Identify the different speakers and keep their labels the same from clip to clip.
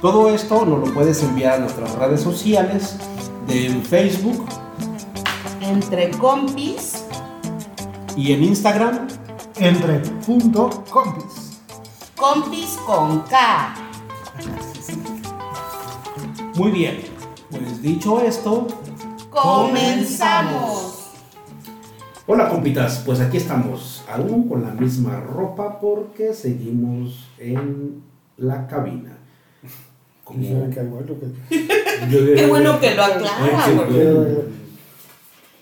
Speaker 1: Todo esto nos lo puedes enviar a nuestras redes sociales de en Facebook
Speaker 2: Entre compis.
Speaker 1: y en Instagram
Speaker 3: Entre punto compis.
Speaker 2: Compis con K.
Speaker 1: Muy bien, pues dicho esto,
Speaker 2: Comenzamos.
Speaker 1: Hola compitas, pues aquí estamos, aún con la misma ropa porque seguimos en la cabina. Como- yo-
Speaker 2: Qué bueno que lo
Speaker 1: Eh,
Speaker 2: aclara,
Speaker 1: sí,
Speaker 2: güey.
Speaker 1: yo-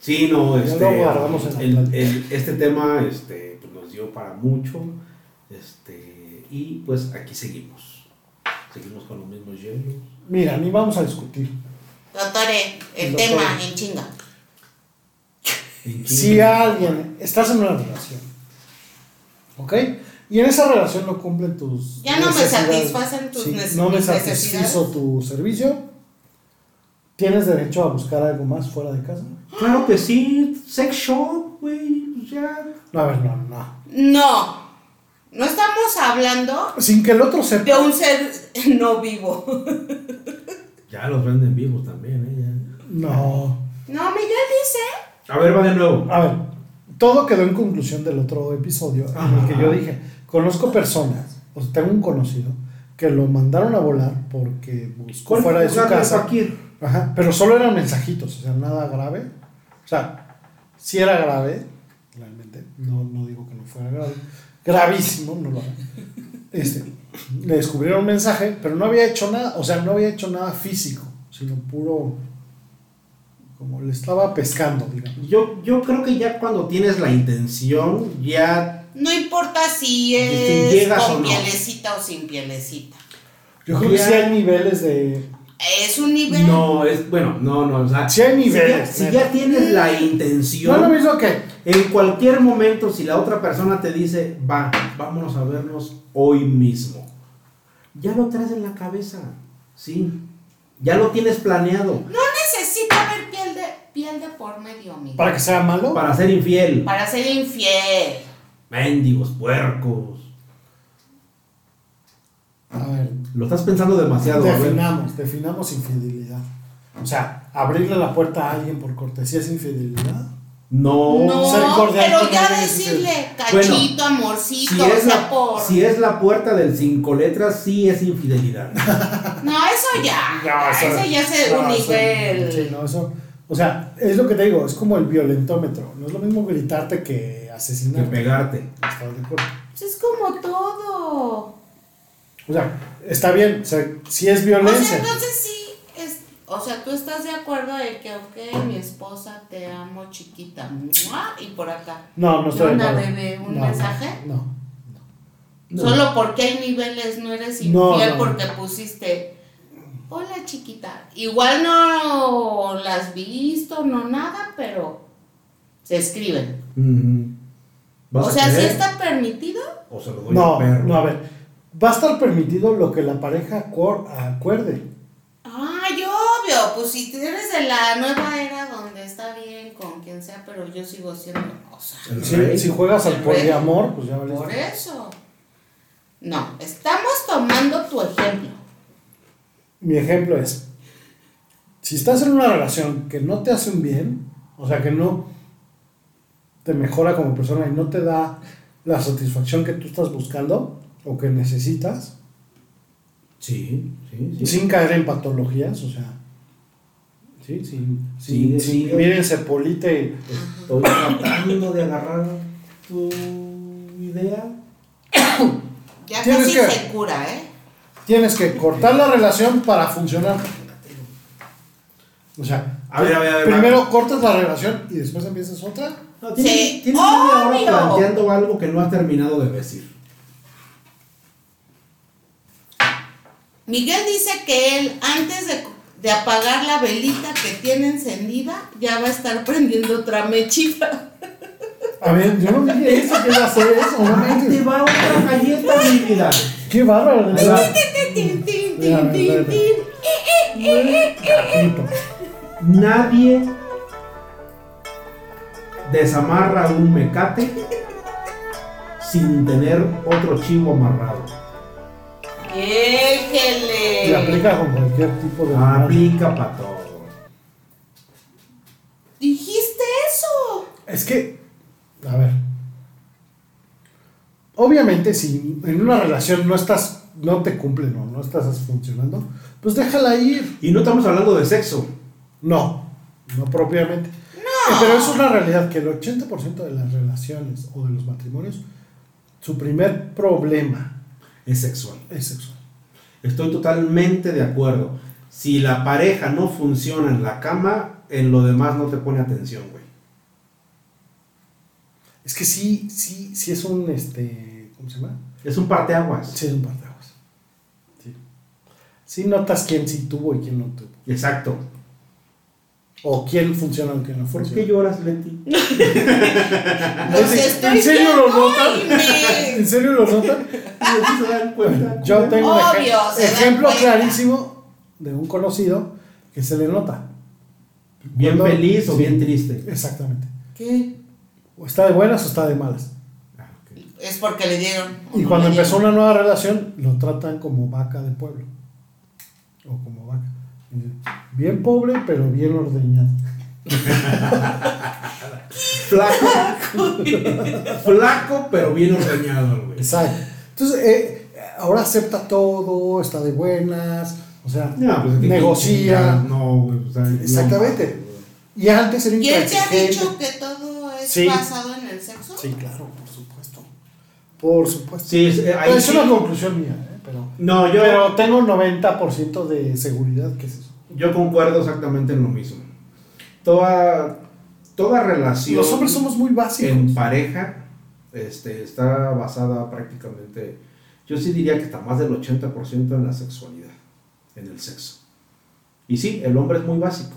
Speaker 1: Sí, no,
Speaker 3: Ya
Speaker 1: este,
Speaker 3: lo guardamos en la
Speaker 1: el-
Speaker 3: plancha.
Speaker 1: el- este tema este, pues, nos dio para mucho este, y pues aquí seguimos. Seguimos con los mismos hielos.
Speaker 3: Mira, ni vamos a discutir.
Speaker 2: Doctore, el
Speaker 3: Doctore.
Speaker 2: tema en chinga.
Speaker 1: ¿En qué?
Speaker 3: Si alguien estás en una relación, ¿ok? Y en esa relación no cumplen tus.
Speaker 2: Ya no me
Speaker 3: necesidades.
Speaker 2: satisfacen tus nece-
Speaker 3: No me
Speaker 2: mis
Speaker 3: satisfizo
Speaker 2: necesidades.
Speaker 3: tu servicio. ¿Tienes derecho a buscar algo más fuera de casa?
Speaker 1: Claro que sí, sex shop, güey, pues ya.
Speaker 3: No, a ver, no, no.
Speaker 2: No. No estamos hablando
Speaker 3: Sin que el otro sepa.
Speaker 2: de un ser no vivo.
Speaker 1: Ya los venden vivos también, ¿eh?
Speaker 3: No.
Speaker 2: No, Miguel dice.
Speaker 1: Ya. A ver, va de nuevo.
Speaker 3: A ver, todo quedó en conclusión del otro episodio en el que
Speaker 1: Ajá.
Speaker 3: yo dije, conozco personas, o sea, tengo un conocido, que lo mandaron a volar porque buscó fuera de su
Speaker 1: lugar
Speaker 3: casa.
Speaker 1: Fakir?
Speaker 3: Ajá, pero solo eran mensajitos, o sea, nada grave. O sea, si era grave, realmente, no, no digo que no fuera grave, gravísimo, no lo hagan. Este, le descubrieron un mensaje, pero no había hecho nada, o sea, no había hecho nada físico, sino puro, como le estaba pescando, digamos.
Speaker 1: Yo, yo creo que ya cuando tienes la intención, ya.
Speaker 2: No importa si
Speaker 1: Este,
Speaker 2: es
Speaker 1: llegas o
Speaker 2: con
Speaker 1: no.
Speaker 2: pielecita o sin pielecita.
Speaker 3: Yo creo que
Speaker 1: Ya.
Speaker 3: sí hay niveles de...
Speaker 2: Es un nivel.
Speaker 1: No, es. Bueno, no, no. O sea,
Speaker 3: Sí hay
Speaker 1: si ya,
Speaker 3: niveles.
Speaker 1: si
Speaker 3: neta.
Speaker 1: ya tienes la
Speaker 3: no es lo
Speaker 1: intención,
Speaker 3: mismo que...
Speaker 1: en cualquier momento, si la otra persona te dice, va, vámonos a vernos hoy mismo, ya lo traes en la cabeza. Sí. Ya lo tienes planeado
Speaker 2: Necesita haber piel de, piel de por medio, amigo.
Speaker 3: Para que sea malo.
Speaker 1: para ser infiel.
Speaker 2: Para ser infiel.
Speaker 1: Mendigos, puercos.
Speaker 3: A ver,
Speaker 1: Lo estás pensando demasiado, a ver.
Speaker 3: Definamos, definamos infidelidad. O sea, abrirle la puerta a alguien por cortesía es infidelidad.
Speaker 1: No.
Speaker 2: no,
Speaker 3: ser Oh, cordial
Speaker 2: pero
Speaker 3: con
Speaker 2: ya
Speaker 3: nadie,
Speaker 2: decirle
Speaker 1: Bueno,
Speaker 2: cachito, amorcito,
Speaker 1: Si
Speaker 2: o
Speaker 1: es,
Speaker 2: sea,
Speaker 1: la,
Speaker 2: por.
Speaker 1: si es la puerta del cinco letras, sí es infidelidad.
Speaker 2: No, eso ya. Ah, eso, ya es un
Speaker 3: no, eso-
Speaker 2: nivel.
Speaker 3: sí, no, eso- o sea, es lo que te digo, es como el violentómetro. No es lo mismo gritarte que
Speaker 1: Que
Speaker 3: asesinar.
Speaker 1: pegarte.
Speaker 3: ¿Estás de acuerdo?
Speaker 2: Pues es como todo.
Speaker 3: O sea, está bien, o sea, si es
Speaker 2: O
Speaker 3: violencia.
Speaker 2: sea, entonces sí. Es, o sea, tú estás de acuerdo de que, ok, mi esposa te amo, chiquita. ¡mua! Y por acá.
Speaker 3: no, no estoy de
Speaker 2: una
Speaker 3: acuerdo.
Speaker 2: bebé, un
Speaker 3: No,
Speaker 2: mensaje.
Speaker 3: No.
Speaker 1: No.
Speaker 2: Solo porque hay niveles, no eres infiel
Speaker 3: No, no.
Speaker 2: porque pusiste. Hola chiquita. Igual no las has visto, no nada, pero se escriben.
Speaker 1: Ujú. ¿Vas
Speaker 2: O
Speaker 1: a
Speaker 2: sea, si
Speaker 1: querer?
Speaker 2: está permitido,
Speaker 1: O se lo doy
Speaker 3: No,
Speaker 1: al perro.
Speaker 3: no, a ver. Va a estar permitido lo que la pareja cor- acuerde.
Speaker 2: ay, obvio, pues si eres de la nueva era donde está bien con quien sea, pero yo sigo siendo. O sea,
Speaker 1: El
Speaker 3: Si,
Speaker 1: rey.
Speaker 3: si juegas al
Speaker 2: El rey.
Speaker 3: poliamor, pues ya valiste.
Speaker 2: por eso. No, estamos tomando tu ejemplo.
Speaker 3: Mi ejemplo es, si estás en una relación que no te hace un bien, o sea, que no te mejora como persona y no te da la satisfacción que tú estás buscando o que necesitas,
Speaker 1: Sí, sí, sí.
Speaker 3: sin caer en patologías, o sea, sí, sin, sin,
Speaker 1: Sigue,
Speaker 3: sin
Speaker 1: sigue.
Speaker 3: vivir en Cepolite.
Speaker 1: Estoy tratando de agarrar tu idea.
Speaker 2: Ya
Speaker 3: Tienes
Speaker 2: casi
Speaker 3: que-
Speaker 2: se cura, ¿eh?
Speaker 3: Tienes que cortar la relación para funcionar. O sea,
Speaker 1: A ver, a ver, a ver,
Speaker 3: primero cortas la relación y después empiezas otra.
Speaker 1: No, tienes,
Speaker 2: Sí. ¡Oh,
Speaker 1: tienes media hora
Speaker 2: ¡Obvio!
Speaker 1: planteando algo que no has terminado de decir.
Speaker 2: Miguel dice que él, antes de, de apagar la velita que tiene encendida, ya va a estar prendiendo otra mechita.
Speaker 3: A ver, yo no dije eso, que iba a hacer eso, no
Speaker 1: Ahí te
Speaker 3: manches.
Speaker 1: va otra galleta, mi vida.
Speaker 3: Qué bárbaro, de
Speaker 1: Ahí va.
Speaker 3: verdad.
Speaker 2: Tin, tin, tin,
Speaker 3: Mira, mira,
Speaker 2: tin,
Speaker 3: mira.
Speaker 2: tin.
Speaker 3: Gratuito.
Speaker 1: Nadie desamarra un mecate sin tener otro chivo amarrado.
Speaker 3: Y
Speaker 2: ¡Éjele!
Speaker 3: aplica con cualquier tipo de.
Speaker 1: Ah, Aplica para todo.
Speaker 2: ¡Dijiste eso!
Speaker 3: Es que, a ver. Obviamente, si en una relación no estás, no te cumplen o no estás funcionando, pues déjala ir.
Speaker 1: Y no estamos hablando de sexo.
Speaker 3: No, no propiamente. Eh, Pero eso es una realidad, que el 80% de las relaciones o de los matrimonios, su primer problema
Speaker 1: Es sexual.
Speaker 3: es sexual.
Speaker 1: Estoy totalmente de acuerdo. Si la pareja no funciona en la cama, en lo demás no te pone atención, güey.
Speaker 3: Es que sí, sí, sí es un, este, ¿cómo se llama?
Speaker 1: Es un parteaguas.
Speaker 3: Sí es un parteaguas. Sí. Sí notas quién sí tuvo y quién no tuvo.
Speaker 1: Exacto.
Speaker 3: O quién funciona o quién no
Speaker 1: ¿Por
Speaker 3: funciona.
Speaker 1: qué lloras, Leti?
Speaker 2: Los Pues estoy
Speaker 3: ¿En serio lo
Speaker 2: viendo
Speaker 3: notan?
Speaker 2: y me-
Speaker 3: ¿En serio lo notan?
Speaker 1: ¿No se dan cuenta?
Speaker 3: Yo tengo un
Speaker 2: Obvio,
Speaker 3: ej-
Speaker 2: se dan
Speaker 3: ejemplo
Speaker 2: cuenta.
Speaker 3: clarísimo de un conocido que se le nota.
Speaker 1: ¿Bien
Speaker 3: Cuando-
Speaker 1: feliz o
Speaker 3: sí,
Speaker 1: bien triste?
Speaker 3: Exactamente.
Speaker 2: ¿Qué?
Speaker 3: O está de buenas o está de malas.
Speaker 1: Ah, ok.
Speaker 2: Es porque le dieron.
Speaker 3: Y
Speaker 2: No
Speaker 3: cuando
Speaker 2: le
Speaker 3: empezó
Speaker 2: dieron.
Speaker 3: una nueva relación, lo tratan como vaca de pueblo. O como vaca. Bien pobre, pero bien ordeñado.
Speaker 1: Flaco. Flaco, pero bien ordeñado, güey.
Speaker 3: Exacto. Entonces, eh, ahora acepta todo, está de buenas. O sea,
Speaker 1: No, pues, ¿qué
Speaker 3: negocia.
Speaker 1: chingados? No, güey. o sea, no
Speaker 3: Exactamente.
Speaker 1: mames, güey.
Speaker 3: Y antes era
Speaker 2: ¿Y él te ha
Speaker 3: intransigente.
Speaker 2: dicho que todo es
Speaker 3: Sí.
Speaker 2: basado en el sexo?
Speaker 3: Sí, claro, por supuesto. Por supuesto.
Speaker 1: Sí, es, eh, ahí
Speaker 3: es
Speaker 1: sí.
Speaker 3: una conclusión mía, ¿eh? pero,
Speaker 1: No, yo,
Speaker 3: pero tengo 90% de seguridad que es eso.
Speaker 1: yo concuerdo exactamente en lo mismo. Toda, toda relación.
Speaker 3: Los hombres somos muy básicos.
Speaker 1: en pareja este, está basada prácticamente, yo sí diría que está más del 80% en la sexualidad, en el sexo. Y sí, el hombre es muy básico,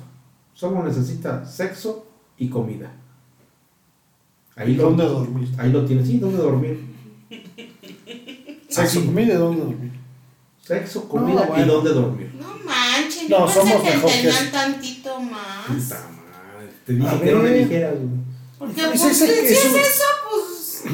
Speaker 1: solo necesita sexo y comida. Ahí lo,
Speaker 3: ¿Dónde dormir?
Speaker 1: ahí lo tienes, sí, dónde dormir.
Speaker 3: Sexo,
Speaker 1: Así.
Speaker 3: comida, y ¿dónde dormir?
Speaker 1: Sexo, comida y
Speaker 3: bueno.
Speaker 1: dónde dormir.
Speaker 2: No manches,
Speaker 3: No,
Speaker 2: no, pensé
Speaker 3: somos
Speaker 2: que
Speaker 3: mejor que
Speaker 2: entendían
Speaker 3: eso.
Speaker 2: tantito más.
Speaker 1: Puta madre, te dije
Speaker 3: Ah, A
Speaker 1: que no me
Speaker 3: ver.
Speaker 1: dijeras. güey.
Speaker 2: Porque
Speaker 3: Ese-
Speaker 2: pues,
Speaker 3: ese-
Speaker 2: si es
Speaker 3: eso-
Speaker 2: eso, pues.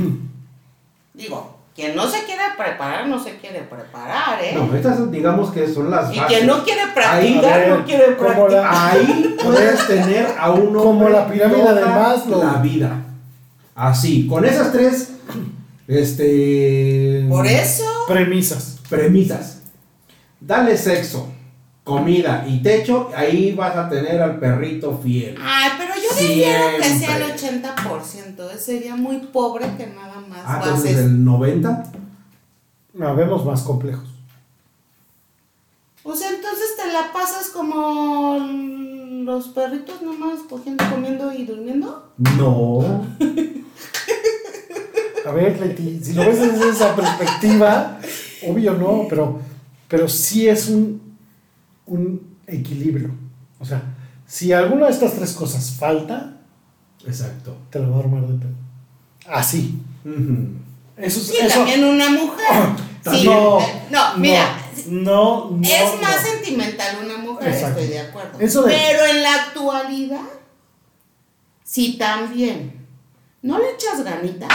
Speaker 2: Digo, quien no se quiere preparar, no se quiere preparar, ¿eh?
Speaker 1: No, ah, estas digamos que son las
Speaker 2: y
Speaker 1: bases.
Speaker 2: quien no quiere
Speaker 3: A
Speaker 2: practicar,
Speaker 3: ver,
Speaker 2: no quiere
Speaker 3: ¿cómo
Speaker 2: practicar.
Speaker 3: la-
Speaker 1: Ahí puedes tener a uno
Speaker 3: Como la pirámide de Maslow.
Speaker 1: La vida. Así, con esas tres este
Speaker 2: Por eso,
Speaker 3: Premisas.
Speaker 1: premisas. Dale sexo, comida y techo, ahí vas a tener al perrito fiel.
Speaker 2: Ay, pero yo difiero que sea el
Speaker 1: Siempre.
Speaker 2: 80%. ¿eh? Sería muy pobre que nada más
Speaker 1: Ah, entonces
Speaker 2: bases.
Speaker 1: el 90.
Speaker 3: Habemos más complejos.
Speaker 2: O sea, entonces te la pasas como los perritos nomás cogiendo, comiendo y durmiendo.
Speaker 1: No.
Speaker 3: A ver, Leti, si lo ves desde esa perspectiva, obvio no, pero, pero sí es un, un equilibrio. O sea, si alguna de estas tres cosas falta,
Speaker 1: Exacto.
Speaker 3: te lo va a armar de pedo. Así.
Speaker 1: Ujú.
Speaker 3: Eso, es-
Speaker 2: Sí,
Speaker 3: eso,
Speaker 2: también una mujer. Sí,
Speaker 3: No,
Speaker 2: eh, no, mira,
Speaker 3: No, no,
Speaker 2: es más
Speaker 3: no.
Speaker 2: sentimental una mujer,
Speaker 3: Exacto.
Speaker 2: estoy de acuerdo.
Speaker 3: Eso de-
Speaker 2: Pero en la actualidad, sí también. ¿No le echas ganitas?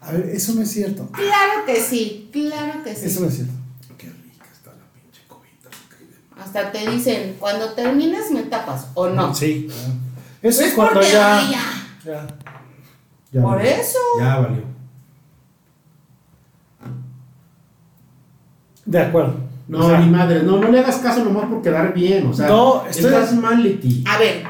Speaker 3: A ver, eso no es cierto.
Speaker 2: Claro que sí, claro que sí.
Speaker 3: Eso no es cierto.
Speaker 1: Qué rica está la pinche cobita. me caí de-
Speaker 2: Hasta te dicen, cuando termines me tapas, o no. Pues
Speaker 3: Sí. Eso
Speaker 2: Es
Speaker 3: es cuando
Speaker 2: porque
Speaker 3: ya.
Speaker 2: ay,
Speaker 3: ya.
Speaker 1: Ya
Speaker 2: Por
Speaker 1: valió.
Speaker 2: eso.
Speaker 1: Ya valió.
Speaker 3: De acuerdo.
Speaker 1: No,
Speaker 3: O sea,
Speaker 1: ni madre, no, no le hagas caso nomás por quedar bien, o sea,
Speaker 3: No, estoy-
Speaker 1: estás mal, Leti.
Speaker 2: A ver,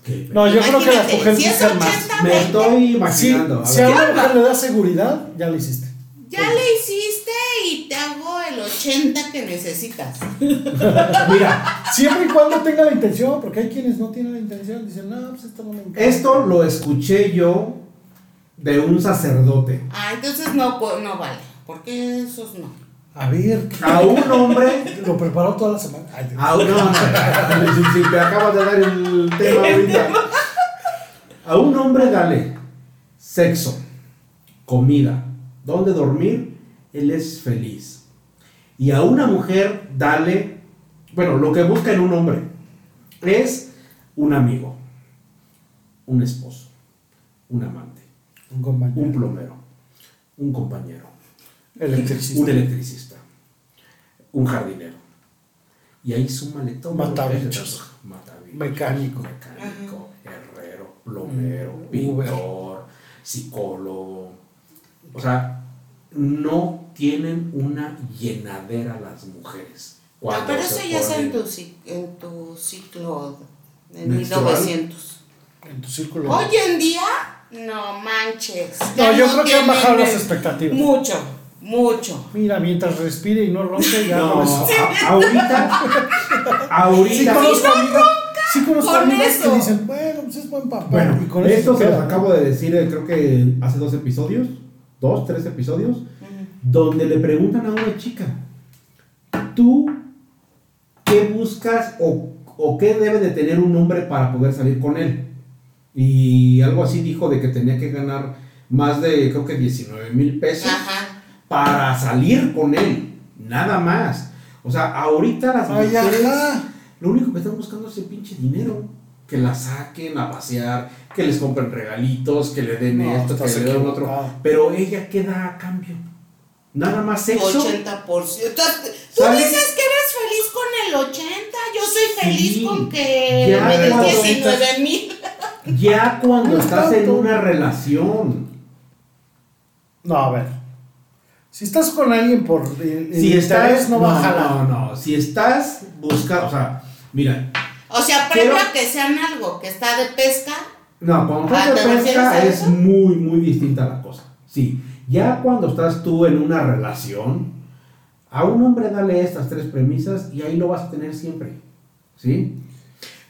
Speaker 1: Ok,
Speaker 3: No, yo creo que las
Speaker 2: imagínate,
Speaker 3: mujeres
Speaker 2: si es
Speaker 3: buscan más.
Speaker 2: 80,
Speaker 1: Me
Speaker 2: 20,
Speaker 1: estoy
Speaker 3: Sí,
Speaker 1: imaginando. a
Speaker 3: si a
Speaker 1: ver.
Speaker 3: una mujer le da seguridad, ya lo hiciste.
Speaker 2: ya le hiciste y te hago el 80 que necesitas.
Speaker 3: Mira, siempre y cuando tenga la intención, porque hay quienes no tienen la intención, dicen, no, pues esto no me encanta.
Speaker 1: Esto lo escuché yo de un sacerdote.
Speaker 2: Ah, entonces no, cu- no vale, porque esos no.
Speaker 3: A ver,
Speaker 1: A Ah, un Ah, hombre
Speaker 3: lo preparó toda la semana. Ay, Dios.
Speaker 1: A un hombre. si, si te acabas de dar el tema ahorita. A un hombre dale sexo, comida, donde dormir, él es feliz. Y a una mujer dale, bueno, lo que busca en un hombre es un amigo, un esposo, un amante,
Speaker 3: Un
Speaker 1: un
Speaker 3: compañero.
Speaker 1: plomero, un compañero, un
Speaker 3: Electricista.
Speaker 1: electricista, un jardinero. Y ahí súmale todo. lo que se
Speaker 3: Matabichos.
Speaker 1: te antoja. Matabichos.
Speaker 3: Mecánico.
Speaker 1: Mecánico, herrero, plomero,
Speaker 3: Mm,
Speaker 1: pintor, psicólogo. O sea, no tienen una llenadera las mujeres.
Speaker 2: No, pero eso ya es
Speaker 1: se
Speaker 2: en
Speaker 1: ponen-
Speaker 2: tu, ci- en tu ciclo de
Speaker 1: Menstrual.
Speaker 2: 1900.
Speaker 3: En tu círculo.
Speaker 2: Hoy en día, no manches.
Speaker 3: No,
Speaker 2: ya
Speaker 3: yo creo que han
Speaker 2: tienen
Speaker 3: bajado las
Speaker 2: el-
Speaker 3: expectativas.
Speaker 2: Mucho, mucho.
Speaker 3: Mira, mientras respire y no ronque, ya
Speaker 1: No,
Speaker 3: no, es-
Speaker 1: a- ahorita,
Speaker 3: Sí
Speaker 1: ahorita,
Speaker 3: conozco amigas, sí conozco
Speaker 2: con
Speaker 3: amigas que
Speaker 2: eso.
Speaker 3: dicen, bueno, pues es buen papá.
Speaker 1: Bueno,
Speaker 3: y con eso
Speaker 1: esto se
Speaker 3: queda.
Speaker 1: los acabo de decir, eh, creo que hace dos episodios, dos, tres episodios, donde le preguntan a una chica, ¿tú qué buscas o, o qué debe de tener un hombre para poder salir con él? Y algo así dijo de que tenía que ganar más de, creo que 19 mil pesos
Speaker 2: Ajá.
Speaker 1: para salir con él, nada más. O sea, ahorita las
Speaker 3: Ay,
Speaker 1: mujeres...
Speaker 3: ajá.
Speaker 1: Lo único que están buscando es el pinche dinero. Que la saquen a pasear, que les compren regalitos, que le den
Speaker 3: No,
Speaker 1: esto,
Speaker 3: estás
Speaker 1: que le den otro.
Speaker 3: equivocado.
Speaker 1: Pero ella queda a cambio. Nada más sexo.
Speaker 2: 80%. Entonces, Tú
Speaker 1: ¿Sabes?
Speaker 2: dices que eres feliz con el 80. Yo soy feliz
Speaker 1: Sí.
Speaker 2: con que
Speaker 1: Ya,
Speaker 2: me
Speaker 1: cuando-
Speaker 2: des 19 mil.
Speaker 1: Ya cuando
Speaker 3: No es
Speaker 1: estás en
Speaker 3: Ah, tanto.
Speaker 1: una relación.
Speaker 3: No, a ver. Si estás con alguien por. el- el
Speaker 1: Si
Speaker 3: interés
Speaker 1: estás.
Speaker 3: no va a jalar.
Speaker 1: No, no. Si estás buscando. O sea, mira.
Speaker 2: O sea, previo
Speaker 1: Pero-
Speaker 2: a que sean algo que está de pesca.
Speaker 1: No, cuando
Speaker 2: Ah,
Speaker 1: estás
Speaker 2: ¿te
Speaker 1: de
Speaker 2: refieres
Speaker 1: pesca
Speaker 2: a
Speaker 1: es
Speaker 2: eso?
Speaker 1: muy, muy distinta la cosa. Sí, ya cuando estás tú en una relación, a un hombre dale estas tres premisas y ahí lo vas a tener siempre. ¿Sí?